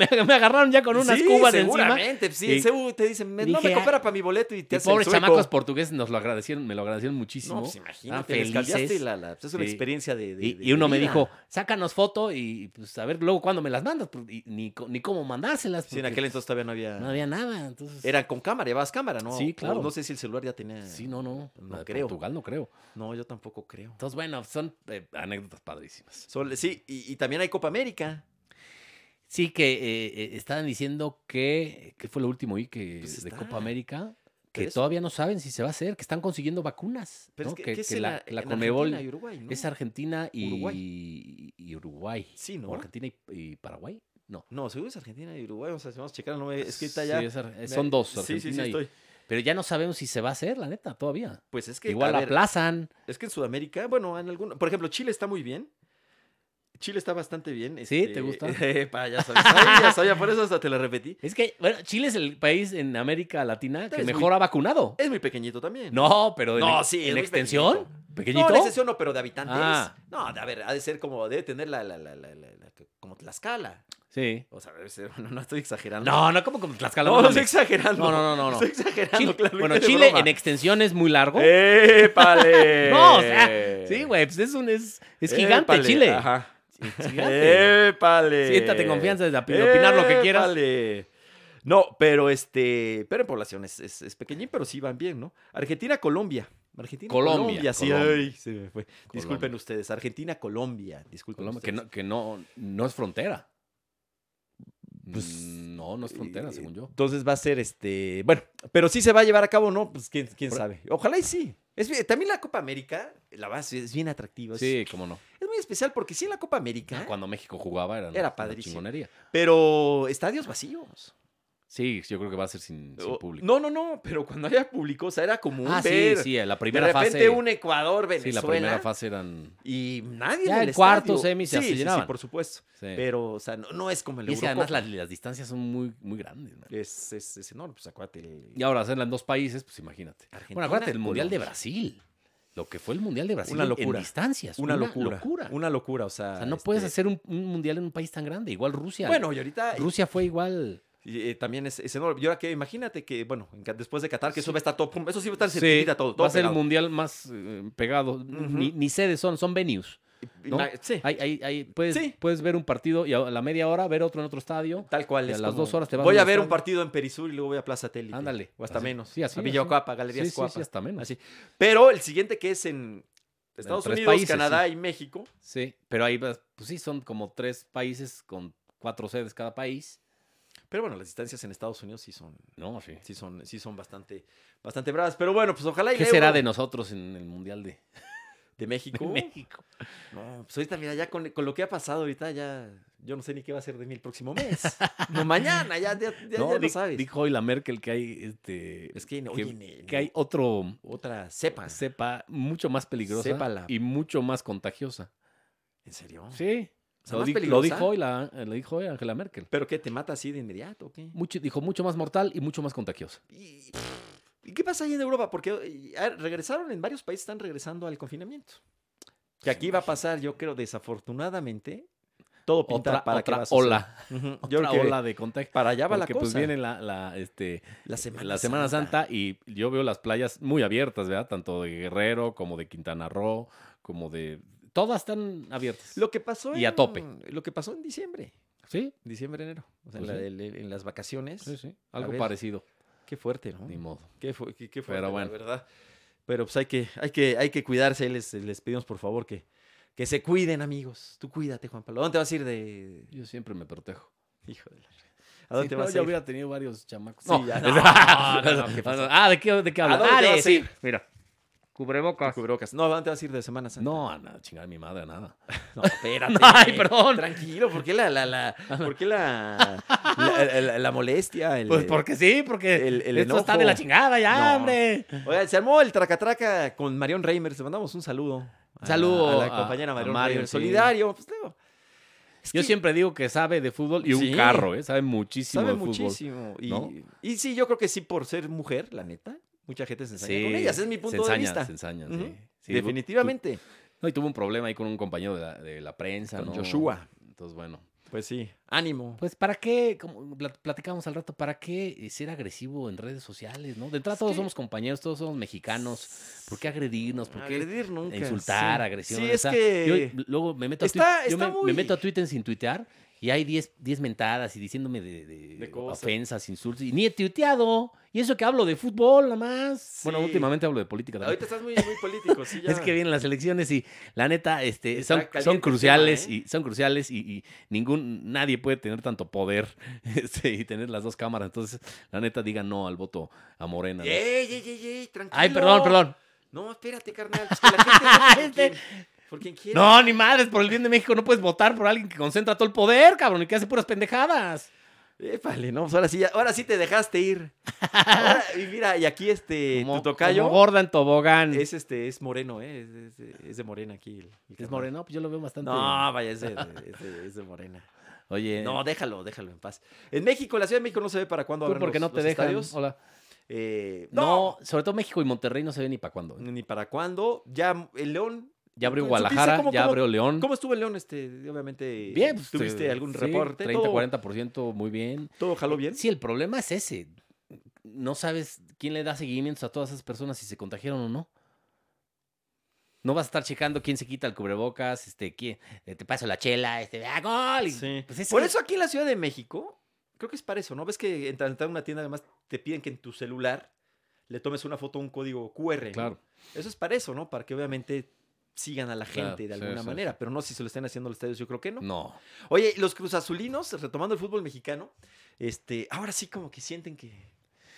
[SPEAKER 2] me, me agarraron ya con unas
[SPEAKER 1] Sí,
[SPEAKER 2] cubas de encima.
[SPEAKER 1] seguramente. pues Sí,
[SPEAKER 2] Y-
[SPEAKER 1] en CEU te dicen, "Me-
[SPEAKER 2] y
[SPEAKER 1] no
[SPEAKER 2] dije,
[SPEAKER 1] me compara para mi boleto y te
[SPEAKER 2] Y
[SPEAKER 1] hacen el
[SPEAKER 2] pobres
[SPEAKER 1] sueco".
[SPEAKER 2] chamacos portugueses nos lo agradecieron, me lo agradecieron muchísimo.
[SPEAKER 1] No, pues imagínate,
[SPEAKER 2] Estaban
[SPEAKER 1] les cambiaste
[SPEAKER 2] felices.
[SPEAKER 1] la- la- pues es una
[SPEAKER 2] Sí.
[SPEAKER 1] experiencia de, de-
[SPEAKER 2] Y,
[SPEAKER 1] de-
[SPEAKER 2] y uno
[SPEAKER 1] de
[SPEAKER 2] me
[SPEAKER 1] vida.
[SPEAKER 2] dijo, sácanos foto y pues a ver luego cuándo me las mandas, pues, y ni, co- ni cómo mandárselas.
[SPEAKER 1] Sí, en
[SPEAKER 2] porque,
[SPEAKER 1] aquel entonces todavía no había...
[SPEAKER 2] pues, no había nada, entonces...
[SPEAKER 1] Era con cámara, llevabas cámara, ¿no?
[SPEAKER 2] Sí,
[SPEAKER 1] O
[SPEAKER 2] claro.
[SPEAKER 1] no sé si el celular ya tenía...
[SPEAKER 2] Sí, no, no.
[SPEAKER 1] No
[SPEAKER 2] la de
[SPEAKER 1] creo.
[SPEAKER 2] Portugal no creo.
[SPEAKER 1] No, yo tampoco creo.
[SPEAKER 2] Entonces, bueno, son eh, anécdotas padrísimas.
[SPEAKER 1] Sol- sí, y, y también hay Copa América.
[SPEAKER 2] Sí, que eh, eh, estaban diciendo que... ¿Qué fue lo último hoy que
[SPEAKER 1] Pues
[SPEAKER 2] de
[SPEAKER 1] está.
[SPEAKER 2] Copa América? Que
[SPEAKER 1] Pero es-
[SPEAKER 2] todavía no saben si se va a hacer, que están consiguiendo vacunas.
[SPEAKER 1] Pero
[SPEAKER 2] ¿no?
[SPEAKER 1] es que,
[SPEAKER 2] que,
[SPEAKER 1] ¿qué es
[SPEAKER 2] que
[SPEAKER 1] en
[SPEAKER 2] la, que la
[SPEAKER 1] en
[SPEAKER 2] Conmebol
[SPEAKER 1] Argentina y Uruguay, ¿no?
[SPEAKER 2] es Argentina y y
[SPEAKER 1] Uruguay.
[SPEAKER 2] Uruguay.
[SPEAKER 1] Sí,
[SPEAKER 2] O
[SPEAKER 1] ¿no?
[SPEAKER 2] Argentina y, y Paraguay. No.
[SPEAKER 1] No, seguro es Argentina y Uruguay. O sea, si vamos a checar, no me... Eh, Es que está
[SPEAKER 2] Sí,
[SPEAKER 1] ya...
[SPEAKER 2] es Ar- eh,
[SPEAKER 1] me-
[SPEAKER 2] son dos,
[SPEAKER 1] Sí, sí, sí,
[SPEAKER 2] Argentina y-
[SPEAKER 1] estoy.
[SPEAKER 2] Pero ya no sabemos si se va a hacer, la neta, todavía.
[SPEAKER 1] Pues es que...
[SPEAKER 2] Igual
[SPEAKER 1] a ver,
[SPEAKER 2] aplazan.
[SPEAKER 1] Es que en Sudamérica, bueno, en algunos. Por ejemplo, Chile está muy bien. Chile está bastante bien.
[SPEAKER 2] ¿Sí? ¿Te gusta?
[SPEAKER 1] Epa, ya sabía, Ay, ya sabía, por eso hasta te la repetí.
[SPEAKER 2] Es que, bueno, Chile es el país en América Latina que
[SPEAKER 1] Es muy-
[SPEAKER 2] mejor ha vacunado.
[SPEAKER 1] Es muy pequeñito también.
[SPEAKER 2] No, pero en,
[SPEAKER 1] No,
[SPEAKER 2] ex-
[SPEAKER 1] sí, es
[SPEAKER 2] en
[SPEAKER 1] muy
[SPEAKER 2] extensión.
[SPEAKER 1] No,
[SPEAKER 2] Pequeñito.
[SPEAKER 1] en excepción no, pero de habitantes.
[SPEAKER 2] Ah.
[SPEAKER 1] No, a ver, ha de ser como, debe tener la, la, la, la, la- la- como Tlaxcala.
[SPEAKER 2] Sí.
[SPEAKER 1] O sea, debe ser, no, no estoy exagerando.
[SPEAKER 2] No, no, como como Tlaxcala.
[SPEAKER 1] no,
[SPEAKER 2] no
[SPEAKER 1] no estoy
[SPEAKER 2] mames.
[SPEAKER 1] exagerando.
[SPEAKER 2] No, no, no, no, no.
[SPEAKER 1] Estoy exagerando,
[SPEAKER 2] Chile-
[SPEAKER 1] claro. Eh.
[SPEAKER 2] bueno,
[SPEAKER 1] ni de
[SPEAKER 2] Chile
[SPEAKER 1] broma.
[SPEAKER 2] en extensión es muy largo.
[SPEAKER 1] ¡Épale!
[SPEAKER 2] No, o sea, sí, güey, pues es un es, es gigante
[SPEAKER 1] Épale,
[SPEAKER 2] Chile.
[SPEAKER 1] Eh, Ajá. Eh.
[SPEAKER 2] Es gigante.
[SPEAKER 1] ¡Épale!
[SPEAKER 2] Siéntate en confianza de opi- de opinar lo
[SPEAKER 1] Eh,
[SPEAKER 2] que quieras.
[SPEAKER 1] ¡Épale! No, pero este, pero en población es, es, es pequeñín, pero sí van bien, ¿no? Argentina, Colombia. Argentina,
[SPEAKER 2] Colombia,
[SPEAKER 1] Colombia, sí,
[SPEAKER 2] Colombia.
[SPEAKER 1] ay, se me fue. Disculpen
[SPEAKER 2] Colombia.
[SPEAKER 1] ustedes, Argentina, Colombia, disculpen
[SPEAKER 2] Colombia, que
[SPEAKER 1] ustedes.
[SPEAKER 2] no, que no, no es frontera.
[SPEAKER 1] Pues,
[SPEAKER 2] no, no es frontera,
[SPEAKER 1] Eh,
[SPEAKER 2] según yo.
[SPEAKER 1] Entonces va a ser este, bueno, pero sí se va a llevar a cabo, ¿no? Pues quién, quién
[SPEAKER 2] Por-
[SPEAKER 1] sabe. Ojalá y sí. Es, bien- también la Copa América, la base es bien atractiva. es-
[SPEAKER 2] Sí, cómo no.
[SPEAKER 1] Es muy especial porque sí en la Copa América,
[SPEAKER 2] Cuando Ah, México jugaba era,
[SPEAKER 1] Era
[SPEAKER 2] una
[SPEAKER 1] padrísimo.
[SPEAKER 2] chingonería.
[SPEAKER 1] pero estadios vacíos.
[SPEAKER 2] Sí, yo creo que va a ser sin, sin
[SPEAKER 1] O-
[SPEAKER 2] público.
[SPEAKER 1] Oh, No, no, no, pero cuando ella publicó, o sea, era como un
[SPEAKER 2] ah, sí,
[SPEAKER 1] ver.
[SPEAKER 2] sí, la
[SPEAKER 1] De
[SPEAKER 2] primera
[SPEAKER 1] repente
[SPEAKER 2] fase.
[SPEAKER 1] un Ecuador,
[SPEAKER 2] sí,
[SPEAKER 1] Venezuela.
[SPEAKER 2] la primera fase eran.
[SPEAKER 1] Y nadie
[SPEAKER 2] Ya
[SPEAKER 1] en el
[SPEAKER 2] en cuartos,
[SPEAKER 1] estadio.
[SPEAKER 2] semis, ya
[SPEAKER 1] sí,
[SPEAKER 2] se
[SPEAKER 1] sí, sí,
[SPEAKER 2] llenaban.
[SPEAKER 1] por supuesto.
[SPEAKER 2] sí.
[SPEAKER 1] Pero, o sea, no, no es como el
[SPEAKER 2] y es que además
[SPEAKER 1] Eurocopa.
[SPEAKER 2] las, las distancias son muy, muy grandes. ¿no?
[SPEAKER 1] Es, es, es enorme, pues acuérdate. el-
[SPEAKER 2] Y ahora hacerla en dos países, pues imagínate.
[SPEAKER 1] Argentina,
[SPEAKER 2] bueno, acuérdate el
[SPEAKER 1] Colombia.
[SPEAKER 2] Mundial de Brasil. Lo que fue el Mundial de Brasil
[SPEAKER 1] Una
[SPEAKER 2] en-
[SPEAKER 1] locura.
[SPEAKER 2] en distancias.
[SPEAKER 1] Una, locura,
[SPEAKER 2] locura.
[SPEAKER 1] Una locura, o sea.
[SPEAKER 2] O sea, no puedes
[SPEAKER 1] este,
[SPEAKER 2] hacer un, un mundial en un país tan grande. Igual Rusia.
[SPEAKER 1] Bueno, y ahorita
[SPEAKER 2] Rusia fue igual.
[SPEAKER 1] y, eh, también es, es enorme. Y ahora que imagínate que, bueno, en Ca- después de Qatar, que eso va a estar todo, pum, eso sí va a estar cerquita todo. todo
[SPEAKER 2] va a ser el
[SPEAKER 1] pegado.
[SPEAKER 2] mundial más eh, pegado. ni, ni sedes son, son venues.
[SPEAKER 1] Y- y
[SPEAKER 2] ¿no?
[SPEAKER 1] na- Sí,
[SPEAKER 2] Hay- hay- hay- puedes,
[SPEAKER 1] Sí.
[SPEAKER 2] puedes ver un partido y a la media hora ver otro en otro estadio.
[SPEAKER 1] tal cual.
[SPEAKER 2] y a
[SPEAKER 1] es
[SPEAKER 2] las
[SPEAKER 1] como,
[SPEAKER 2] dos horas te vas
[SPEAKER 1] Voy a
[SPEAKER 2] al
[SPEAKER 1] ver un
[SPEAKER 2] estadio.
[SPEAKER 1] partido en Perisur y luego voy a Plaza Télite.
[SPEAKER 2] Ándale.
[SPEAKER 1] O hasta
[SPEAKER 2] Así.
[SPEAKER 1] menos.
[SPEAKER 2] Sí, así,
[SPEAKER 1] A Villa
[SPEAKER 2] así.
[SPEAKER 1] Ocoapa, Galerías
[SPEAKER 2] Sí, sí,
[SPEAKER 1] Coapa.
[SPEAKER 2] sí, hasta menos.
[SPEAKER 1] Así. Pero el siguiente que es en Estados
[SPEAKER 2] tres
[SPEAKER 1] Unidos,
[SPEAKER 2] países,
[SPEAKER 1] Canadá y México.
[SPEAKER 2] Sí, pero ahí vas- pues sí, son como tres países con cuatro sedes cada país.
[SPEAKER 1] Pero bueno, las distancias en Estados Unidos sí son,
[SPEAKER 2] No, sí.
[SPEAKER 1] sí son, sí son bastante, bastante bravas. Pero bueno, pues ojalá y
[SPEAKER 2] ¿Qué
[SPEAKER 1] el
[SPEAKER 2] será
[SPEAKER 1] Euro
[SPEAKER 2] de nosotros en el mundial de,
[SPEAKER 1] de México.
[SPEAKER 2] de México?
[SPEAKER 1] No, pues ahorita, mira, ya con, con lo que ha pasado ahorita, ya yo no sé ni qué va a ser de mí el próximo mes. no, mañana, ya, ya, ya,
[SPEAKER 2] no,
[SPEAKER 1] ya lo
[SPEAKER 2] di-
[SPEAKER 1] sabes.
[SPEAKER 2] dijo hoy la Merkel que hay este
[SPEAKER 1] es que, no,
[SPEAKER 2] que-
[SPEAKER 1] oye, ne-
[SPEAKER 2] que hay otro
[SPEAKER 1] otra cepa.
[SPEAKER 2] cepa mucho más peligrosa
[SPEAKER 1] Sépala.
[SPEAKER 2] y mucho más contagiosa.
[SPEAKER 1] ¿En serio?
[SPEAKER 2] Sí.
[SPEAKER 1] O sea,
[SPEAKER 2] lo,
[SPEAKER 1] Ah. más
[SPEAKER 2] di- lo
[SPEAKER 1] peligrosa.
[SPEAKER 2] dijo hoy la, lo dijo hoy Angela Merkel.
[SPEAKER 1] ¿Pero qué? ¿Te mata así de inmediato o qué?
[SPEAKER 2] Mucho- dijo mucho más mortal y mucho más contagiosa.
[SPEAKER 1] ¿Y, y qué pasa ahí en Europa? Porque eh, ah, regresaron en varios países, están regresando al confinamiento. Que
[SPEAKER 2] Pues
[SPEAKER 1] aquí va a pasar, yo creo, desafortunadamente, todo pinta
[SPEAKER 2] Otra,
[SPEAKER 1] para que va
[SPEAKER 2] otra
[SPEAKER 1] a suceder.
[SPEAKER 2] ola,
[SPEAKER 1] Ujú, Yo creo
[SPEAKER 2] otra
[SPEAKER 1] que
[SPEAKER 2] ola de contagio.
[SPEAKER 1] para allá va la
[SPEAKER 2] Porque
[SPEAKER 1] cosa.
[SPEAKER 2] pues viene la, la, este,
[SPEAKER 1] la Semana,
[SPEAKER 2] la Semana Santa. y yo veo las playas muy abiertas, ¿verdad? Tanto de Guerrero como de Quintana Roo, como de... Todas están abiertas.
[SPEAKER 1] Lo que pasó
[SPEAKER 2] Y a
[SPEAKER 1] en-
[SPEAKER 2] tope.
[SPEAKER 1] Lo que pasó en diciembre.
[SPEAKER 2] Sí,
[SPEAKER 1] Diciembre, enero. O sea, en,
[SPEAKER 2] Pues
[SPEAKER 1] la-
[SPEAKER 2] sí.
[SPEAKER 1] el-
[SPEAKER 2] Pues
[SPEAKER 1] el- en las vacaciones.
[SPEAKER 2] sí, sí.
[SPEAKER 1] A
[SPEAKER 2] Algo
[SPEAKER 1] ver. Ah.
[SPEAKER 2] parecido.
[SPEAKER 1] Qué fuerte, ¿no?
[SPEAKER 2] Ni modo.
[SPEAKER 1] Qué, fu- qué- qué fuerte,
[SPEAKER 2] Pero
[SPEAKER 1] la
[SPEAKER 2] bueno.
[SPEAKER 1] verdad. Pero pues hay que, hay que, hay que cuidarse. Ahí Les, les pedimos, por favor, que, que se cuiden, amigos. Tú cuídate, Juan Pablo. ¿A ¿Dónde te vas a ir de...?
[SPEAKER 2] Yo siempre me protejo.
[SPEAKER 1] Hijo de la... ¿A dónde
[SPEAKER 2] Si
[SPEAKER 1] te
[SPEAKER 2] no,
[SPEAKER 1] vas
[SPEAKER 2] yo
[SPEAKER 1] a ir?
[SPEAKER 2] hubiera tenido varios chamacos.
[SPEAKER 1] Sí, ya. No, no, no, ¿qué pasó?
[SPEAKER 2] ah, ¿de qué, de qué
[SPEAKER 1] ¿A
[SPEAKER 2] hablas?
[SPEAKER 1] dónde
[SPEAKER 2] Ah,
[SPEAKER 1] te
[SPEAKER 2] de-
[SPEAKER 1] vas a ir?
[SPEAKER 2] sí, Mira. Cubrebocas.
[SPEAKER 1] Cubrebocas. No, ¿a dónde te vas a ir de Semana Santa?
[SPEAKER 2] No, a nada, chingar a mi madre, a nada.
[SPEAKER 1] No, espérate.
[SPEAKER 2] Ay, perdón.
[SPEAKER 1] Tranquilo, ¿por qué la, la, la, por qué la, la, la- la molestia? El-
[SPEAKER 2] Pues porque sí, porque
[SPEAKER 1] el- el
[SPEAKER 2] esto está
[SPEAKER 1] enojo.
[SPEAKER 2] de la chingada ya,
[SPEAKER 1] No.
[SPEAKER 2] hombre.
[SPEAKER 1] Oigan, se armó el tracatraca con Marion Reimers. Le mandamos un saludo. a-
[SPEAKER 2] Saludo
[SPEAKER 1] a, la
[SPEAKER 2] a-
[SPEAKER 1] compañera
[SPEAKER 2] a
[SPEAKER 1] Marion
[SPEAKER 2] Marion,
[SPEAKER 1] Reimers.
[SPEAKER 2] sí.
[SPEAKER 1] Solidario. Pues, digo, es
[SPEAKER 2] Yo
[SPEAKER 1] que
[SPEAKER 2] siempre digo que sabe de fútbol y un
[SPEAKER 1] Sí.
[SPEAKER 2] carro, ¿eh? Sabe muchísimo
[SPEAKER 1] sabe
[SPEAKER 2] de fútbol.
[SPEAKER 1] muchísimo. Y,
[SPEAKER 2] ¿no?
[SPEAKER 1] y sí, yo creo que sí, por ser mujer, la neta, mucha gente se ensaña con ellas. Es mi punto
[SPEAKER 2] se ensaña,
[SPEAKER 1] de vista.
[SPEAKER 2] Se ensaña,
[SPEAKER 1] Ujú.
[SPEAKER 2] sí. Sí,
[SPEAKER 1] Definitivamente.
[SPEAKER 2] tu- no, y tuvo un problema ahí con un compañero de la, de la prensa,
[SPEAKER 1] Con
[SPEAKER 2] ¿no?
[SPEAKER 1] Joshua.
[SPEAKER 2] Entonces, bueno.
[SPEAKER 1] Pues sí, ánimo.
[SPEAKER 2] Pues, ¿para qué? Como plat- platicábamos al rato, ¿para qué eh, ser agresivo en redes sociales, no? De entrada,
[SPEAKER 1] Es
[SPEAKER 2] todos
[SPEAKER 1] que-
[SPEAKER 2] somos compañeros, todos somos mexicanos. ¿Por qué agredirnos? ¿Por qué
[SPEAKER 1] Agredir nunca.
[SPEAKER 2] insultar,
[SPEAKER 1] sí.
[SPEAKER 2] agresión?
[SPEAKER 1] Sí, es
[SPEAKER 2] está-
[SPEAKER 1] que.
[SPEAKER 2] yo luego me meto a,
[SPEAKER 1] está-
[SPEAKER 2] Twitter, yo
[SPEAKER 1] está
[SPEAKER 2] me,
[SPEAKER 1] muy-
[SPEAKER 2] me meto a Twitter sin tuitear y hay 10 10 mentadas y diciéndome de, de
[SPEAKER 1] De cosas.
[SPEAKER 2] ofensas, insultos. Y ni he tuiteado. Y eso que hablo de fútbol, nada más. Bueno,
[SPEAKER 1] Sí.
[SPEAKER 2] últimamente hablo de política también.
[SPEAKER 1] Ahorita estás muy, muy político. sí, ya.
[SPEAKER 2] Es que vienen las elecciones y la neta, este,
[SPEAKER 1] Está
[SPEAKER 2] son, son
[SPEAKER 1] caliente el
[SPEAKER 2] cruciales
[SPEAKER 1] tema, ¿eh?
[SPEAKER 2] y son cruciales y, y ningún nadie puede tener tanto poder este, y tener las dos cámaras. Entonces, la neta, diga no al voto a Morena. ¿no?
[SPEAKER 1] Ey, ey, ey, ey, tranquilo.
[SPEAKER 2] Ay, perdón, perdón.
[SPEAKER 1] No, espérate, carnal. pues que la gente vote por quien- por quien quiera.
[SPEAKER 2] No, ni madres, por el bien de México no puedes votar por alguien que concentra todo el poder, cabrón, y que hace puras pendejadas.
[SPEAKER 1] Épale, no, pues ahora sí, ya- ahora sí te dejaste ir. Ahora- y mira, y aquí este, tu
[SPEAKER 2] como
[SPEAKER 1] tocayo
[SPEAKER 2] gorda en tobogán.
[SPEAKER 1] es este, es moreno, eh, es, es- es de morena aquí. el- el
[SPEAKER 2] ¿Es
[SPEAKER 1] carnal.
[SPEAKER 2] moreno? Pues yo lo veo bastante.
[SPEAKER 1] No, vaya, es de, es de- es de morena.
[SPEAKER 2] Oye,
[SPEAKER 1] No, déjalo, déjalo en paz. En México, en la Ciudad de México no se ve para cuándo
[SPEAKER 2] ¿tú
[SPEAKER 1] abren
[SPEAKER 2] por qué
[SPEAKER 1] los-
[SPEAKER 2] no te
[SPEAKER 1] los
[SPEAKER 2] dejan?
[SPEAKER 1] estadios.
[SPEAKER 2] Hola.
[SPEAKER 1] Eh, no,
[SPEAKER 2] No, sobre todo México y Monterrey no se ve ni para cuándo. ¿eh?
[SPEAKER 1] ni para cuándo. Ya el León,
[SPEAKER 2] Ya abrió
[SPEAKER 1] ¿Supiste
[SPEAKER 2] Guadalajara,
[SPEAKER 1] cómo-
[SPEAKER 2] ya
[SPEAKER 1] cómo-
[SPEAKER 2] abrió León.
[SPEAKER 1] ¿cómo estuvo el León? Este, obviamente,
[SPEAKER 2] Bien, pues,
[SPEAKER 1] ¿tuviste
[SPEAKER 2] eh,
[SPEAKER 1] algún
[SPEAKER 2] sí,
[SPEAKER 1] reporte?
[SPEAKER 2] 30,
[SPEAKER 1] todo,
[SPEAKER 2] 40%, muy bien.
[SPEAKER 1] todo jaló bien.
[SPEAKER 2] Sí, el problema es ese. No sabes quién le da seguimiento a todas esas personas si se contagiaron o no. No vas a estar checando quién se quita el cubrebocas, este, quién, eh, te paso la chela, este, ¡ah, gol! Y,
[SPEAKER 1] Sí.
[SPEAKER 2] pues, es
[SPEAKER 1] Por
[SPEAKER 2] que-
[SPEAKER 1] eso aquí en la Ciudad de México, creo que es para eso, ¿no? Ves que entrar a una tienda, además, te piden que en tu celular le tomes una foto a un código QR. ¿no?
[SPEAKER 2] Claro.
[SPEAKER 1] Eso es para eso, ¿no? Para que obviamente sigan a la
[SPEAKER 2] Claro,
[SPEAKER 1] gente de
[SPEAKER 2] sí,
[SPEAKER 1] alguna
[SPEAKER 2] sí,
[SPEAKER 1] manera,
[SPEAKER 2] sí.
[SPEAKER 1] pero no si se lo están haciendo los estadios, yo creo que no.
[SPEAKER 2] No.
[SPEAKER 1] Oye, los cruzazulinos, retomando el fútbol mexicano, este, ahora sí como que sienten que,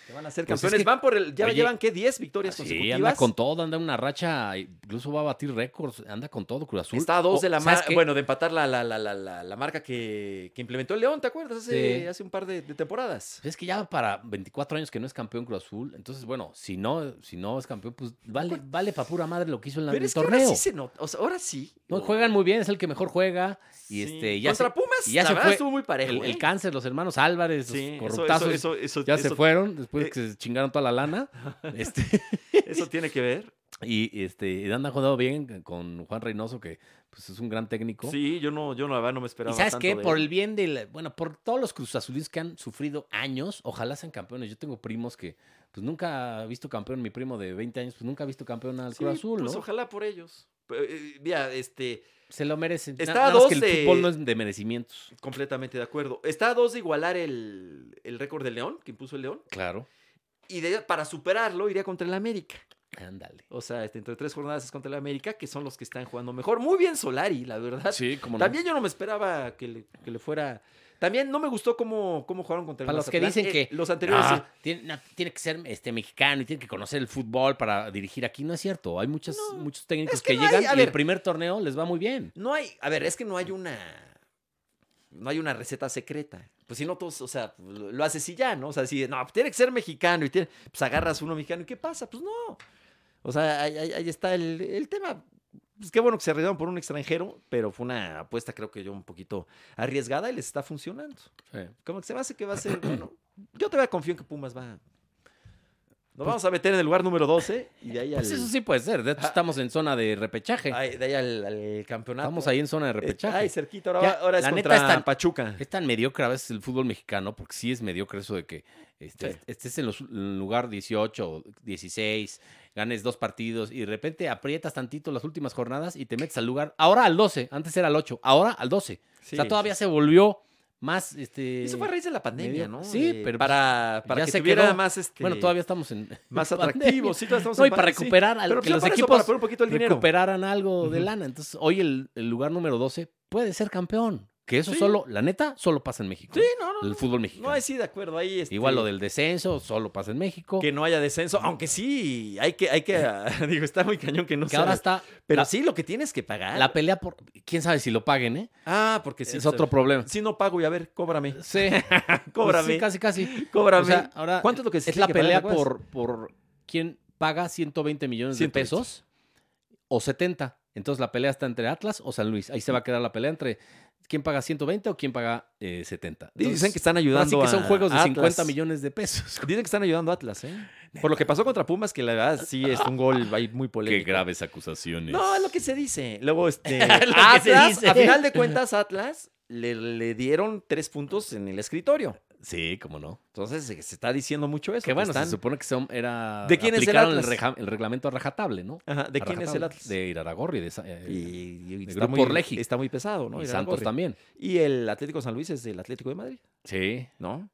[SPEAKER 1] Que van a ser
[SPEAKER 2] Pues es
[SPEAKER 1] campeones.
[SPEAKER 2] que-
[SPEAKER 1] Van por el. Ya
[SPEAKER 2] Oye, Ah,
[SPEAKER 1] llevan, ¿qué? 10 victorias
[SPEAKER 2] Sí,
[SPEAKER 1] consecutivas.
[SPEAKER 2] anda con todo, anda en una racha, incluso va a batir récords, anda con todo Cruz Azul.
[SPEAKER 1] Está a dos
[SPEAKER 2] O,
[SPEAKER 1] de la
[SPEAKER 2] ¿sabes
[SPEAKER 1] marca.
[SPEAKER 2] qué?
[SPEAKER 1] Bueno, de empatar la, la, la, la, la, la marca que, que implementó el León, ¿te acuerdas? Hace,
[SPEAKER 2] Sí.
[SPEAKER 1] hace un par de, de temporadas.
[SPEAKER 2] Pues es que ya va para 24 años que no es campeón Cruz Azul, entonces bueno, si no, si no es campeón, pues vale, vale para pura madre lo que hizo en la-
[SPEAKER 1] Pero
[SPEAKER 2] el
[SPEAKER 1] es que
[SPEAKER 2] torneo.
[SPEAKER 1] ahora sí se nota. O sea, ahora sí.
[SPEAKER 2] No, juegan muy bien, es el que mejor juega
[SPEAKER 1] Sí.
[SPEAKER 2] y este ya se-
[SPEAKER 1] Contra Pumas,
[SPEAKER 2] y ya
[SPEAKER 1] la
[SPEAKER 2] se
[SPEAKER 1] verdad,
[SPEAKER 2] fue
[SPEAKER 1] estuvo muy parejo.
[SPEAKER 2] el, el
[SPEAKER 1] ¿eh?
[SPEAKER 2] cáncer, los hermanos Álvarez,
[SPEAKER 1] Sí,
[SPEAKER 2] los
[SPEAKER 1] eso-
[SPEAKER 2] corruptazos
[SPEAKER 1] eso- eso-
[SPEAKER 2] ya se
[SPEAKER 1] eso-
[SPEAKER 2] fueron después
[SPEAKER 1] eh.
[SPEAKER 2] que se chingaron toda la lana. este,
[SPEAKER 1] Eso tiene que ver.
[SPEAKER 2] y este andan jugando bien con Juan Reynoso que pues es un gran técnico.
[SPEAKER 1] Sí, yo no, yo no, la verdad, no me
[SPEAKER 2] Y
[SPEAKER 1] esperaba.
[SPEAKER 2] sabes
[SPEAKER 1] tanto
[SPEAKER 2] qué,
[SPEAKER 1] de
[SPEAKER 2] por
[SPEAKER 1] él.
[SPEAKER 2] el bien del, bueno, por todos los cruzazulinos que han sufrido años, ojalá sean campeones. Yo tengo primos que, pues nunca ha visto campeón, mi primo de 20 años, pues nunca ha visto campeón al Cruz
[SPEAKER 1] Sí,
[SPEAKER 2] Azul,
[SPEAKER 1] Pues
[SPEAKER 2] ¿no?
[SPEAKER 1] ojalá por ellos. Pero, eh, Mira, este,
[SPEAKER 2] Se lo merecen. Na-
[SPEAKER 1] Está
[SPEAKER 2] nada
[SPEAKER 1] a
[SPEAKER 2] más
[SPEAKER 1] dos
[SPEAKER 2] que el
[SPEAKER 1] de-
[SPEAKER 2] fútbol no es de merecimientos.
[SPEAKER 1] completamente de acuerdo. Está a dos de igualar el, el récord del León, que impuso el León.
[SPEAKER 2] Claro.
[SPEAKER 1] Y de- para superarlo, iría contra el América.
[SPEAKER 2] Ándale.
[SPEAKER 1] O sea, este, entre tres jornadas es contra el América, que son los que están jugando mejor. Muy bien Solari, la verdad.
[SPEAKER 2] Sí, como
[SPEAKER 1] También yo no me esperaba que le, que le fuera. También no me gustó cómo, cómo jugaron contra el
[SPEAKER 2] Para los que
[SPEAKER 1] Mazatlán. Eh,
[SPEAKER 2] dicen que,
[SPEAKER 1] Los anteriores.
[SPEAKER 2] Ah, tiene, no, tiene que ser este mexicano y tiene que conocer el fútbol para dirigir aquí. No es cierto. Hay muchas,
[SPEAKER 1] No,
[SPEAKER 2] muchos técnicos
[SPEAKER 1] es
[SPEAKER 2] que,
[SPEAKER 1] que no hay-
[SPEAKER 2] llegan
[SPEAKER 1] a
[SPEAKER 2] y el
[SPEAKER 1] ver.
[SPEAKER 2] primer torneo les va muy bien.
[SPEAKER 1] No hay, a ver, es que no hay una, no hay una receta secreta. Pues si no todos, o sea, lo, lo haces y ya, ¿no? O sea, si, no, pues, tiene que ser mexicano y tiene, pues agarras uno mexicano y ¿qué pasa? Pues no. O sea, ahí, ahí- ahí está el, el tema. Pues qué bueno que se arriesgaron por un extranjero, pero fue una apuesta creo que yo un poquito arriesgada y les está funcionando.
[SPEAKER 2] Pues,
[SPEAKER 1] Como que se me hace que va a ser, bueno, yo todavía confío en que Pumas va. Nos vamos a meter en el lugar número 12 y de ahí al,
[SPEAKER 2] Pues eso sí puede ser. De hecho,
[SPEAKER 1] Ah.
[SPEAKER 2] estamos en zona de repechaje.
[SPEAKER 1] ay, de ahí al, al campeonato.
[SPEAKER 2] Estamos ahí en zona de
[SPEAKER 1] Eh,
[SPEAKER 2] repechaje.
[SPEAKER 1] Ay, cerquita. Ahora,
[SPEAKER 2] Ya,
[SPEAKER 1] va- ahora es
[SPEAKER 2] la neta
[SPEAKER 1] contra
[SPEAKER 2] están-
[SPEAKER 1] Pachuca.
[SPEAKER 2] Es tan mediocre a veces el fútbol mexicano, porque sí es mediocre eso de que este,
[SPEAKER 1] Sí.
[SPEAKER 2] estés en los- en el lugar 18, o 16, ganes dos partidos y de repente aprietas tantito las últimas jornadas y te metes al lugar, ahora al 12, antes era al 8, ahora al 12.
[SPEAKER 1] Sí,
[SPEAKER 2] o sea, todavía se volvió más... Este,
[SPEAKER 1] Eso fue a raíz de la pandemia,
[SPEAKER 2] medio-
[SPEAKER 1] ¿no?
[SPEAKER 2] sí,
[SPEAKER 1] De-
[SPEAKER 2] pero pues,
[SPEAKER 1] para, para
[SPEAKER 2] ya
[SPEAKER 1] que
[SPEAKER 2] se
[SPEAKER 1] tuviera
[SPEAKER 2] quedó.
[SPEAKER 1] más este
[SPEAKER 2] Bueno, todavía estamos en...
[SPEAKER 1] más
[SPEAKER 2] en pandemia.
[SPEAKER 1] atractivo, sí, todavía estamos
[SPEAKER 2] No,
[SPEAKER 1] en
[SPEAKER 2] y para
[SPEAKER 1] pandemia, sí.
[SPEAKER 2] recuperar al-
[SPEAKER 1] Pero
[SPEAKER 2] que
[SPEAKER 1] pues
[SPEAKER 2] los
[SPEAKER 1] para eso,
[SPEAKER 2] equipos
[SPEAKER 1] para poner un poquito el dinero.
[SPEAKER 2] recuperaran algo de
[SPEAKER 1] Ujú.
[SPEAKER 2] lana. Entonces, hoy el, el lugar número 12 puede ser campeón. Que eso
[SPEAKER 1] Sí.
[SPEAKER 2] solo, la neta, solo pasa en México.
[SPEAKER 1] Sí, no, no.
[SPEAKER 2] El
[SPEAKER 1] no.
[SPEAKER 2] fútbol mexicano.
[SPEAKER 1] No, ahí sí, de acuerdo, ahí este,
[SPEAKER 2] Igual lo del descenso, solo pasa en México.
[SPEAKER 1] que no haya descenso, aunque sí, hay que hay que digo, está muy cañón que no
[SPEAKER 2] que ahora
[SPEAKER 1] sea-
[SPEAKER 2] está
[SPEAKER 1] Pero
[SPEAKER 2] la,
[SPEAKER 1] sí lo que tienes que pagar.
[SPEAKER 2] la pelea por quién sabe si lo paguen, ¿eh?
[SPEAKER 1] Ah, porque sí
[SPEAKER 2] ah, es otro problema.
[SPEAKER 1] Si no pago y a ver, cóbrame.
[SPEAKER 2] Sí,
[SPEAKER 1] Cóbrame.
[SPEAKER 2] Sí, casi casi.
[SPEAKER 1] Cóbrame.
[SPEAKER 2] O sea, ahora
[SPEAKER 1] ¿Cuánto es lo que se
[SPEAKER 2] es la
[SPEAKER 1] tiene que
[SPEAKER 2] pelea
[SPEAKER 1] pagar en Aguas?
[SPEAKER 2] por por quién paga 120 millones
[SPEAKER 1] 120.
[SPEAKER 2] de pesos o 70. Entonces la pelea está entre Atlas o San Luis. Ahí se va a quedar la pelea entre quién paga 120 o quién paga eh, 70.
[SPEAKER 1] Dicen que
[SPEAKER 2] Entonces,
[SPEAKER 1] están
[SPEAKER 2] ahora sí
[SPEAKER 1] ayudando
[SPEAKER 2] que son
[SPEAKER 1] a
[SPEAKER 2] juegos de
[SPEAKER 1] Atlas.
[SPEAKER 2] 50 millones de pesos.
[SPEAKER 1] Dicen que están ayudando a Atlas, ¿eh? Por lo que pasó contra Pumas, que la verdad sí es un gol ahí muy polémico.
[SPEAKER 2] graves acusaciones.
[SPEAKER 1] No, es lo que se dice. Luego, este.
[SPEAKER 2] que
[SPEAKER 1] Atlas,
[SPEAKER 2] se dice.
[SPEAKER 1] A final de cuentas, Atlas le, le dieron tres puntos en el escritorio.
[SPEAKER 2] Sí, cómo no.
[SPEAKER 1] Entonces, se, se está diciendo mucho eso.
[SPEAKER 2] Que bueno,
[SPEAKER 1] están-
[SPEAKER 2] se supone que son, era.
[SPEAKER 1] ¿De quién es el
[SPEAKER 2] aplicaron
[SPEAKER 1] Atlas?
[SPEAKER 2] reja- el reglamento a rajatable, ¿no?
[SPEAKER 1] Ajá, ¿De
[SPEAKER 2] A
[SPEAKER 1] quién es el
[SPEAKER 2] rajatabla.
[SPEAKER 1] Atlas?
[SPEAKER 2] De Iraragorri, de esa- eh,
[SPEAKER 1] y,
[SPEAKER 2] y,
[SPEAKER 1] y
[SPEAKER 2] de
[SPEAKER 1] está,
[SPEAKER 2] Grupo
[SPEAKER 1] muy,
[SPEAKER 2] Orleji.
[SPEAKER 1] está muy pesado, ¿no?
[SPEAKER 2] Santos
[SPEAKER 1] Iraragorri.
[SPEAKER 2] también.
[SPEAKER 1] Y el Atlético San Luis es del Atlético de Madrid,
[SPEAKER 2] Sí.
[SPEAKER 1] ¿no?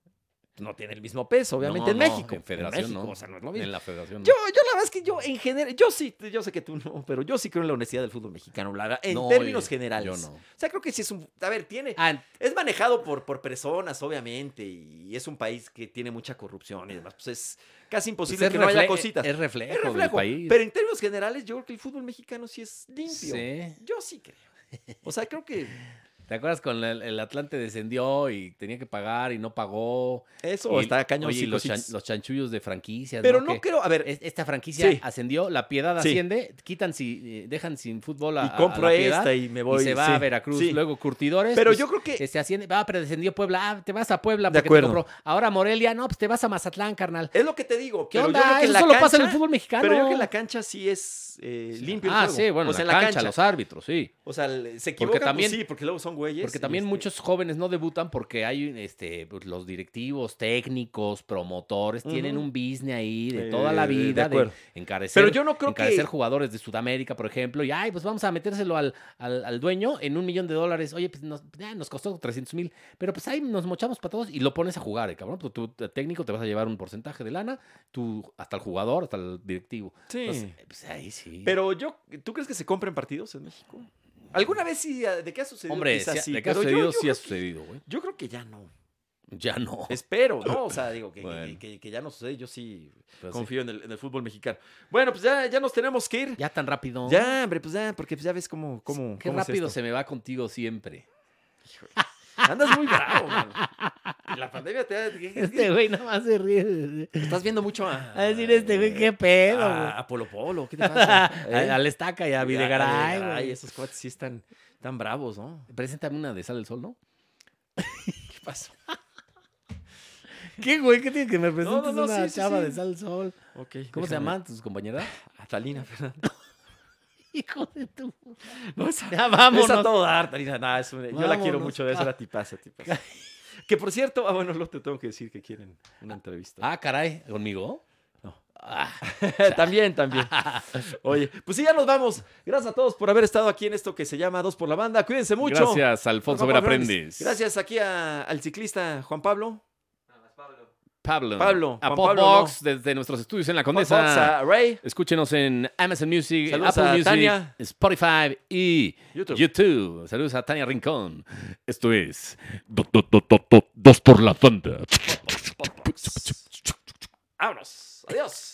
[SPEAKER 1] No tiene el mismo peso, obviamente, en
[SPEAKER 2] No, no,
[SPEAKER 1] México.
[SPEAKER 2] En Federación,
[SPEAKER 1] México,
[SPEAKER 2] ¿no?
[SPEAKER 1] o sea, no es lo mismo.
[SPEAKER 2] En la Federación.
[SPEAKER 1] Yo, yo la verdad es que yo en general, yo sí, yo sé que tú no, pero yo sí creo en la honestidad del fútbol mexicano, la verdad, en
[SPEAKER 2] No,
[SPEAKER 1] términos
[SPEAKER 2] eh,
[SPEAKER 1] generales.
[SPEAKER 2] Yo no.
[SPEAKER 1] O sea, creo que sí es un, a ver, tiene,
[SPEAKER 2] Ah,
[SPEAKER 1] es manejado por, por personas, obviamente, y es un país que tiene mucha corrupción y demás, pues es casi
[SPEAKER 2] pues
[SPEAKER 1] imposible
[SPEAKER 2] es
[SPEAKER 1] que no haya
[SPEAKER 2] refle-
[SPEAKER 1] cositas.
[SPEAKER 2] Es reflejo,
[SPEAKER 1] Es
[SPEAKER 2] del
[SPEAKER 1] reflejo,
[SPEAKER 2] país.
[SPEAKER 1] pero en términos generales yo creo que el fútbol mexicano sí es limpio.
[SPEAKER 2] Sí.
[SPEAKER 1] Yo sí creo. O sea, creo que
[SPEAKER 2] ¿Te acuerdas cuando el, el Atlante descendió y tenía que pagar y no pagó?
[SPEAKER 1] eso
[SPEAKER 2] Y-
[SPEAKER 1] está cañón.
[SPEAKER 2] oye,
[SPEAKER 1] sí,
[SPEAKER 2] y los,
[SPEAKER 1] cositas.
[SPEAKER 2] chan- los chanchullos de franquicias.
[SPEAKER 1] pero no
[SPEAKER 2] Que
[SPEAKER 1] creo, a ver,
[SPEAKER 2] es- Esta franquicia
[SPEAKER 1] Sí.
[SPEAKER 2] ascendió, la piedad
[SPEAKER 1] Sí.
[SPEAKER 2] asciende, quitan si, eh, dejan sin fútbol a,
[SPEAKER 1] y
[SPEAKER 2] a- a
[SPEAKER 1] compro
[SPEAKER 2] la piedad.
[SPEAKER 1] esta y me voy.
[SPEAKER 2] y se va
[SPEAKER 1] sí,
[SPEAKER 2] a Veracruz,
[SPEAKER 1] sí.
[SPEAKER 2] luego Curtidores.
[SPEAKER 1] Pero
[SPEAKER 2] pues,
[SPEAKER 1] yo creo que
[SPEAKER 2] Se asciende, va, pero descendió Puebla, ah, te vas a Puebla
[SPEAKER 1] De
[SPEAKER 2] porque te
[SPEAKER 1] acuerdo.
[SPEAKER 2] compró. Ahora Morelia, no, pues te vas a Mazatlán, carnal.
[SPEAKER 1] Es lo que te digo.
[SPEAKER 2] ¿Qué
[SPEAKER 1] pero
[SPEAKER 2] onda?
[SPEAKER 1] Yo creo que
[SPEAKER 2] Eso
[SPEAKER 1] la
[SPEAKER 2] solo pasa en el
[SPEAKER 1] cancha-
[SPEAKER 2] fútbol mexicano.
[SPEAKER 1] Pero yo creo que en la cancha sí es eh, limpio. el
[SPEAKER 2] Ah,
[SPEAKER 1] juego.
[SPEAKER 2] sí, bueno,
[SPEAKER 1] o sea,
[SPEAKER 2] en la, cancha, los árbitros, sí.
[SPEAKER 1] O sea, le- se equivocan.
[SPEAKER 2] también-
[SPEAKER 1] también, sí, porque luego son güeyes.
[SPEAKER 2] Porque
[SPEAKER 1] y
[SPEAKER 2] también
[SPEAKER 1] este-
[SPEAKER 2] muchos jóvenes no debutan porque hay este pues, los directivos, técnicos, promotores, tienen
[SPEAKER 1] Ujú.
[SPEAKER 2] un business ahí de
[SPEAKER 1] Eh,
[SPEAKER 2] toda la
[SPEAKER 1] de- de
[SPEAKER 2] vida, de,
[SPEAKER 1] acuerdo.
[SPEAKER 2] encarecer,
[SPEAKER 1] Pero yo no creo
[SPEAKER 2] encarecer
[SPEAKER 1] que.
[SPEAKER 2] jugadores de Sudamérica, por ejemplo, y ay, pues vamos a metérselo al, al, al dueño en un millón de dólares. Oye, pues nos, ah, nos costó 300 mil, pero pues ahí nos mochamos para todos y lo pones a jugar, eh, cabrón. Pues tu técnico te vas a llevar un porcentaje de lana, tú hasta el jugador, hasta el directivo.
[SPEAKER 1] Sí.
[SPEAKER 2] Entonces, eh, pues ahí sí.
[SPEAKER 1] Pero yo. ¿Tú crees que se compren partidos en México? ¿Alguna vez sí? ah, ¿De qué ha sucedido?
[SPEAKER 2] Hombre,
[SPEAKER 1] Quizás
[SPEAKER 2] sí,
[SPEAKER 1] sí,
[SPEAKER 2] de qué ha
[SPEAKER 1] pero yo- yo
[SPEAKER 2] sucedido, sí ha
[SPEAKER 1] creo que-
[SPEAKER 2] sucedido, güey.
[SPEAKER 1] Yo creo que ya no.
[SPEAKER 2] Ya no. pues,
[SPEAKER 1] Espero, ¿no? O sea, digo, que, que-
[SPEAKER 2] Bueno.
[SPEAKER 1] que- que ya no sucede. Yo sí
[SPEAKER 2] Pues sí.
[SPEAKER 1] confío en, el, en el fútbol mexicano. Bueno, pues ya, ya nos tenemos que ir. Ya,
[SPEAKER 2] Ya tan rápido.
[SPEAKER 1] hombre, pues ya, porque pues ya ves cómo. cómo
[SPEAKER 2] Qué
[SPEAKER 1] cómo es
[SPEAKER 2] rápido
[SPEAKER 1] esto.
[SPEAKER 2] se me va contigo siempre.
[SPEAKER 1] Andas muy bravo, man. La pandemia te ha.
[SPEAKER 4] Este güey nomás se ríe.
[SPEAKER 1] Estás viendo mucho a.
[SPEAKER 4] A decir este güey, qué pedo.
[SPEAKER 1] Ah, A, a Polo Polo, ¿qué te pasa? Eh,
[SPEAKER 2] A, a la estaca y ah, ¿eh? a
[SPEAKER 1] Ya,
[SPEAKER 2] Videgaray.
[SPEAKER 1] Videgaray,
[SPEAKER 2] güey.
[SPEAKER 1] esos cuates sí están tan bravos, ¿no?
[SPEAKER 2] Preséntame una de Sal del Sol, ¿no?
[SPEAKER 1] ¿Qué pasó?
[SPEAKER 4] ¿Qué güey? ¿Qué tiene que me presentes
[SPEAKER 1] no, no,
[SPEAKER 4] una
[SPEAKER 1] sí, sí,
[SPEAKER 4] chava
[SPEAKER 1] sí.
[SPEAKER 4] de sal sol?
[SPEAKER 1] Ok.
[SPEAKER 2] ¿Cómo se
[SPEAKER 1] déjame. Ah,
[SPEAKER 2] llaman tus compañeras?
[SPEAKER 1] Atalina, ¿verdad?
[SPEAKER 4] Hijo de tu.
[SPEAKER 1] No, esa,
[SPEAKER 4] Ya
[SPEAKER 1] vamos a
[SPEAKER 4] vámonos.
[SPEAKER 1] todo dar, Atalina. No, es una- yo la quiero
[SPEAKER 4] Vámonos.
[SPEAKER 1] mucho, es una tipaza, tipaza. Que por cierto, ah, bueno, lo te tengo que decir que quieren una entrevista.
[SPEAKER 2] Ah, caray, ¿conmigo?
[SPEAKER 1] también, también. Oye, pues sí, ya nos vamos. Gracias a todos por haber estado aquí en esto que se llama Dos por la Banda. Cuídense mucho.
[SPEAKER 2] Gracias, Alfonso
[SPEAKER 1] Juan
[SPEAKER 2] Vera
[SPEAKER 1] Pablo
[SPEAKER 2] Prendes.
[SPEAKER 1] Hernández. Gracias aquí a- al ciclista Juan Pablo.
[SPEAKER 2] Pablo.
[SPEAKER 1] Pablo,
[SPEAKER 2] A
[SPEAKER 1] Juan
[SPEAKER 2] Pop
[SPEAKER 1] Pablo,
[SPEAKER 2] Box, desde nuestros estudios en la
[SPEAKER 1] Juan
[SPEAKER 2] Condesa.
[SPEAKER 1] Fox, a Ray.
[SPEAKER 2] Escúchenos en Amazon Music,
[SPEAKER 1] Saludos
[SPEAKER 2] Apple
[SPEAKER 1] a
[SPEAKER 2] Music,
[SPEAKER 1] Tania.
[SPEAKER 2] Spotify y
[SPEAKER 1] YouTube.
[SPEAKER 2] YouTube. Saludos a Tania Rincón. Esto es Do- Do- Do- Do- Do- Dos por la Banda.
[SPEAKER 1] Vámonos. Adiós.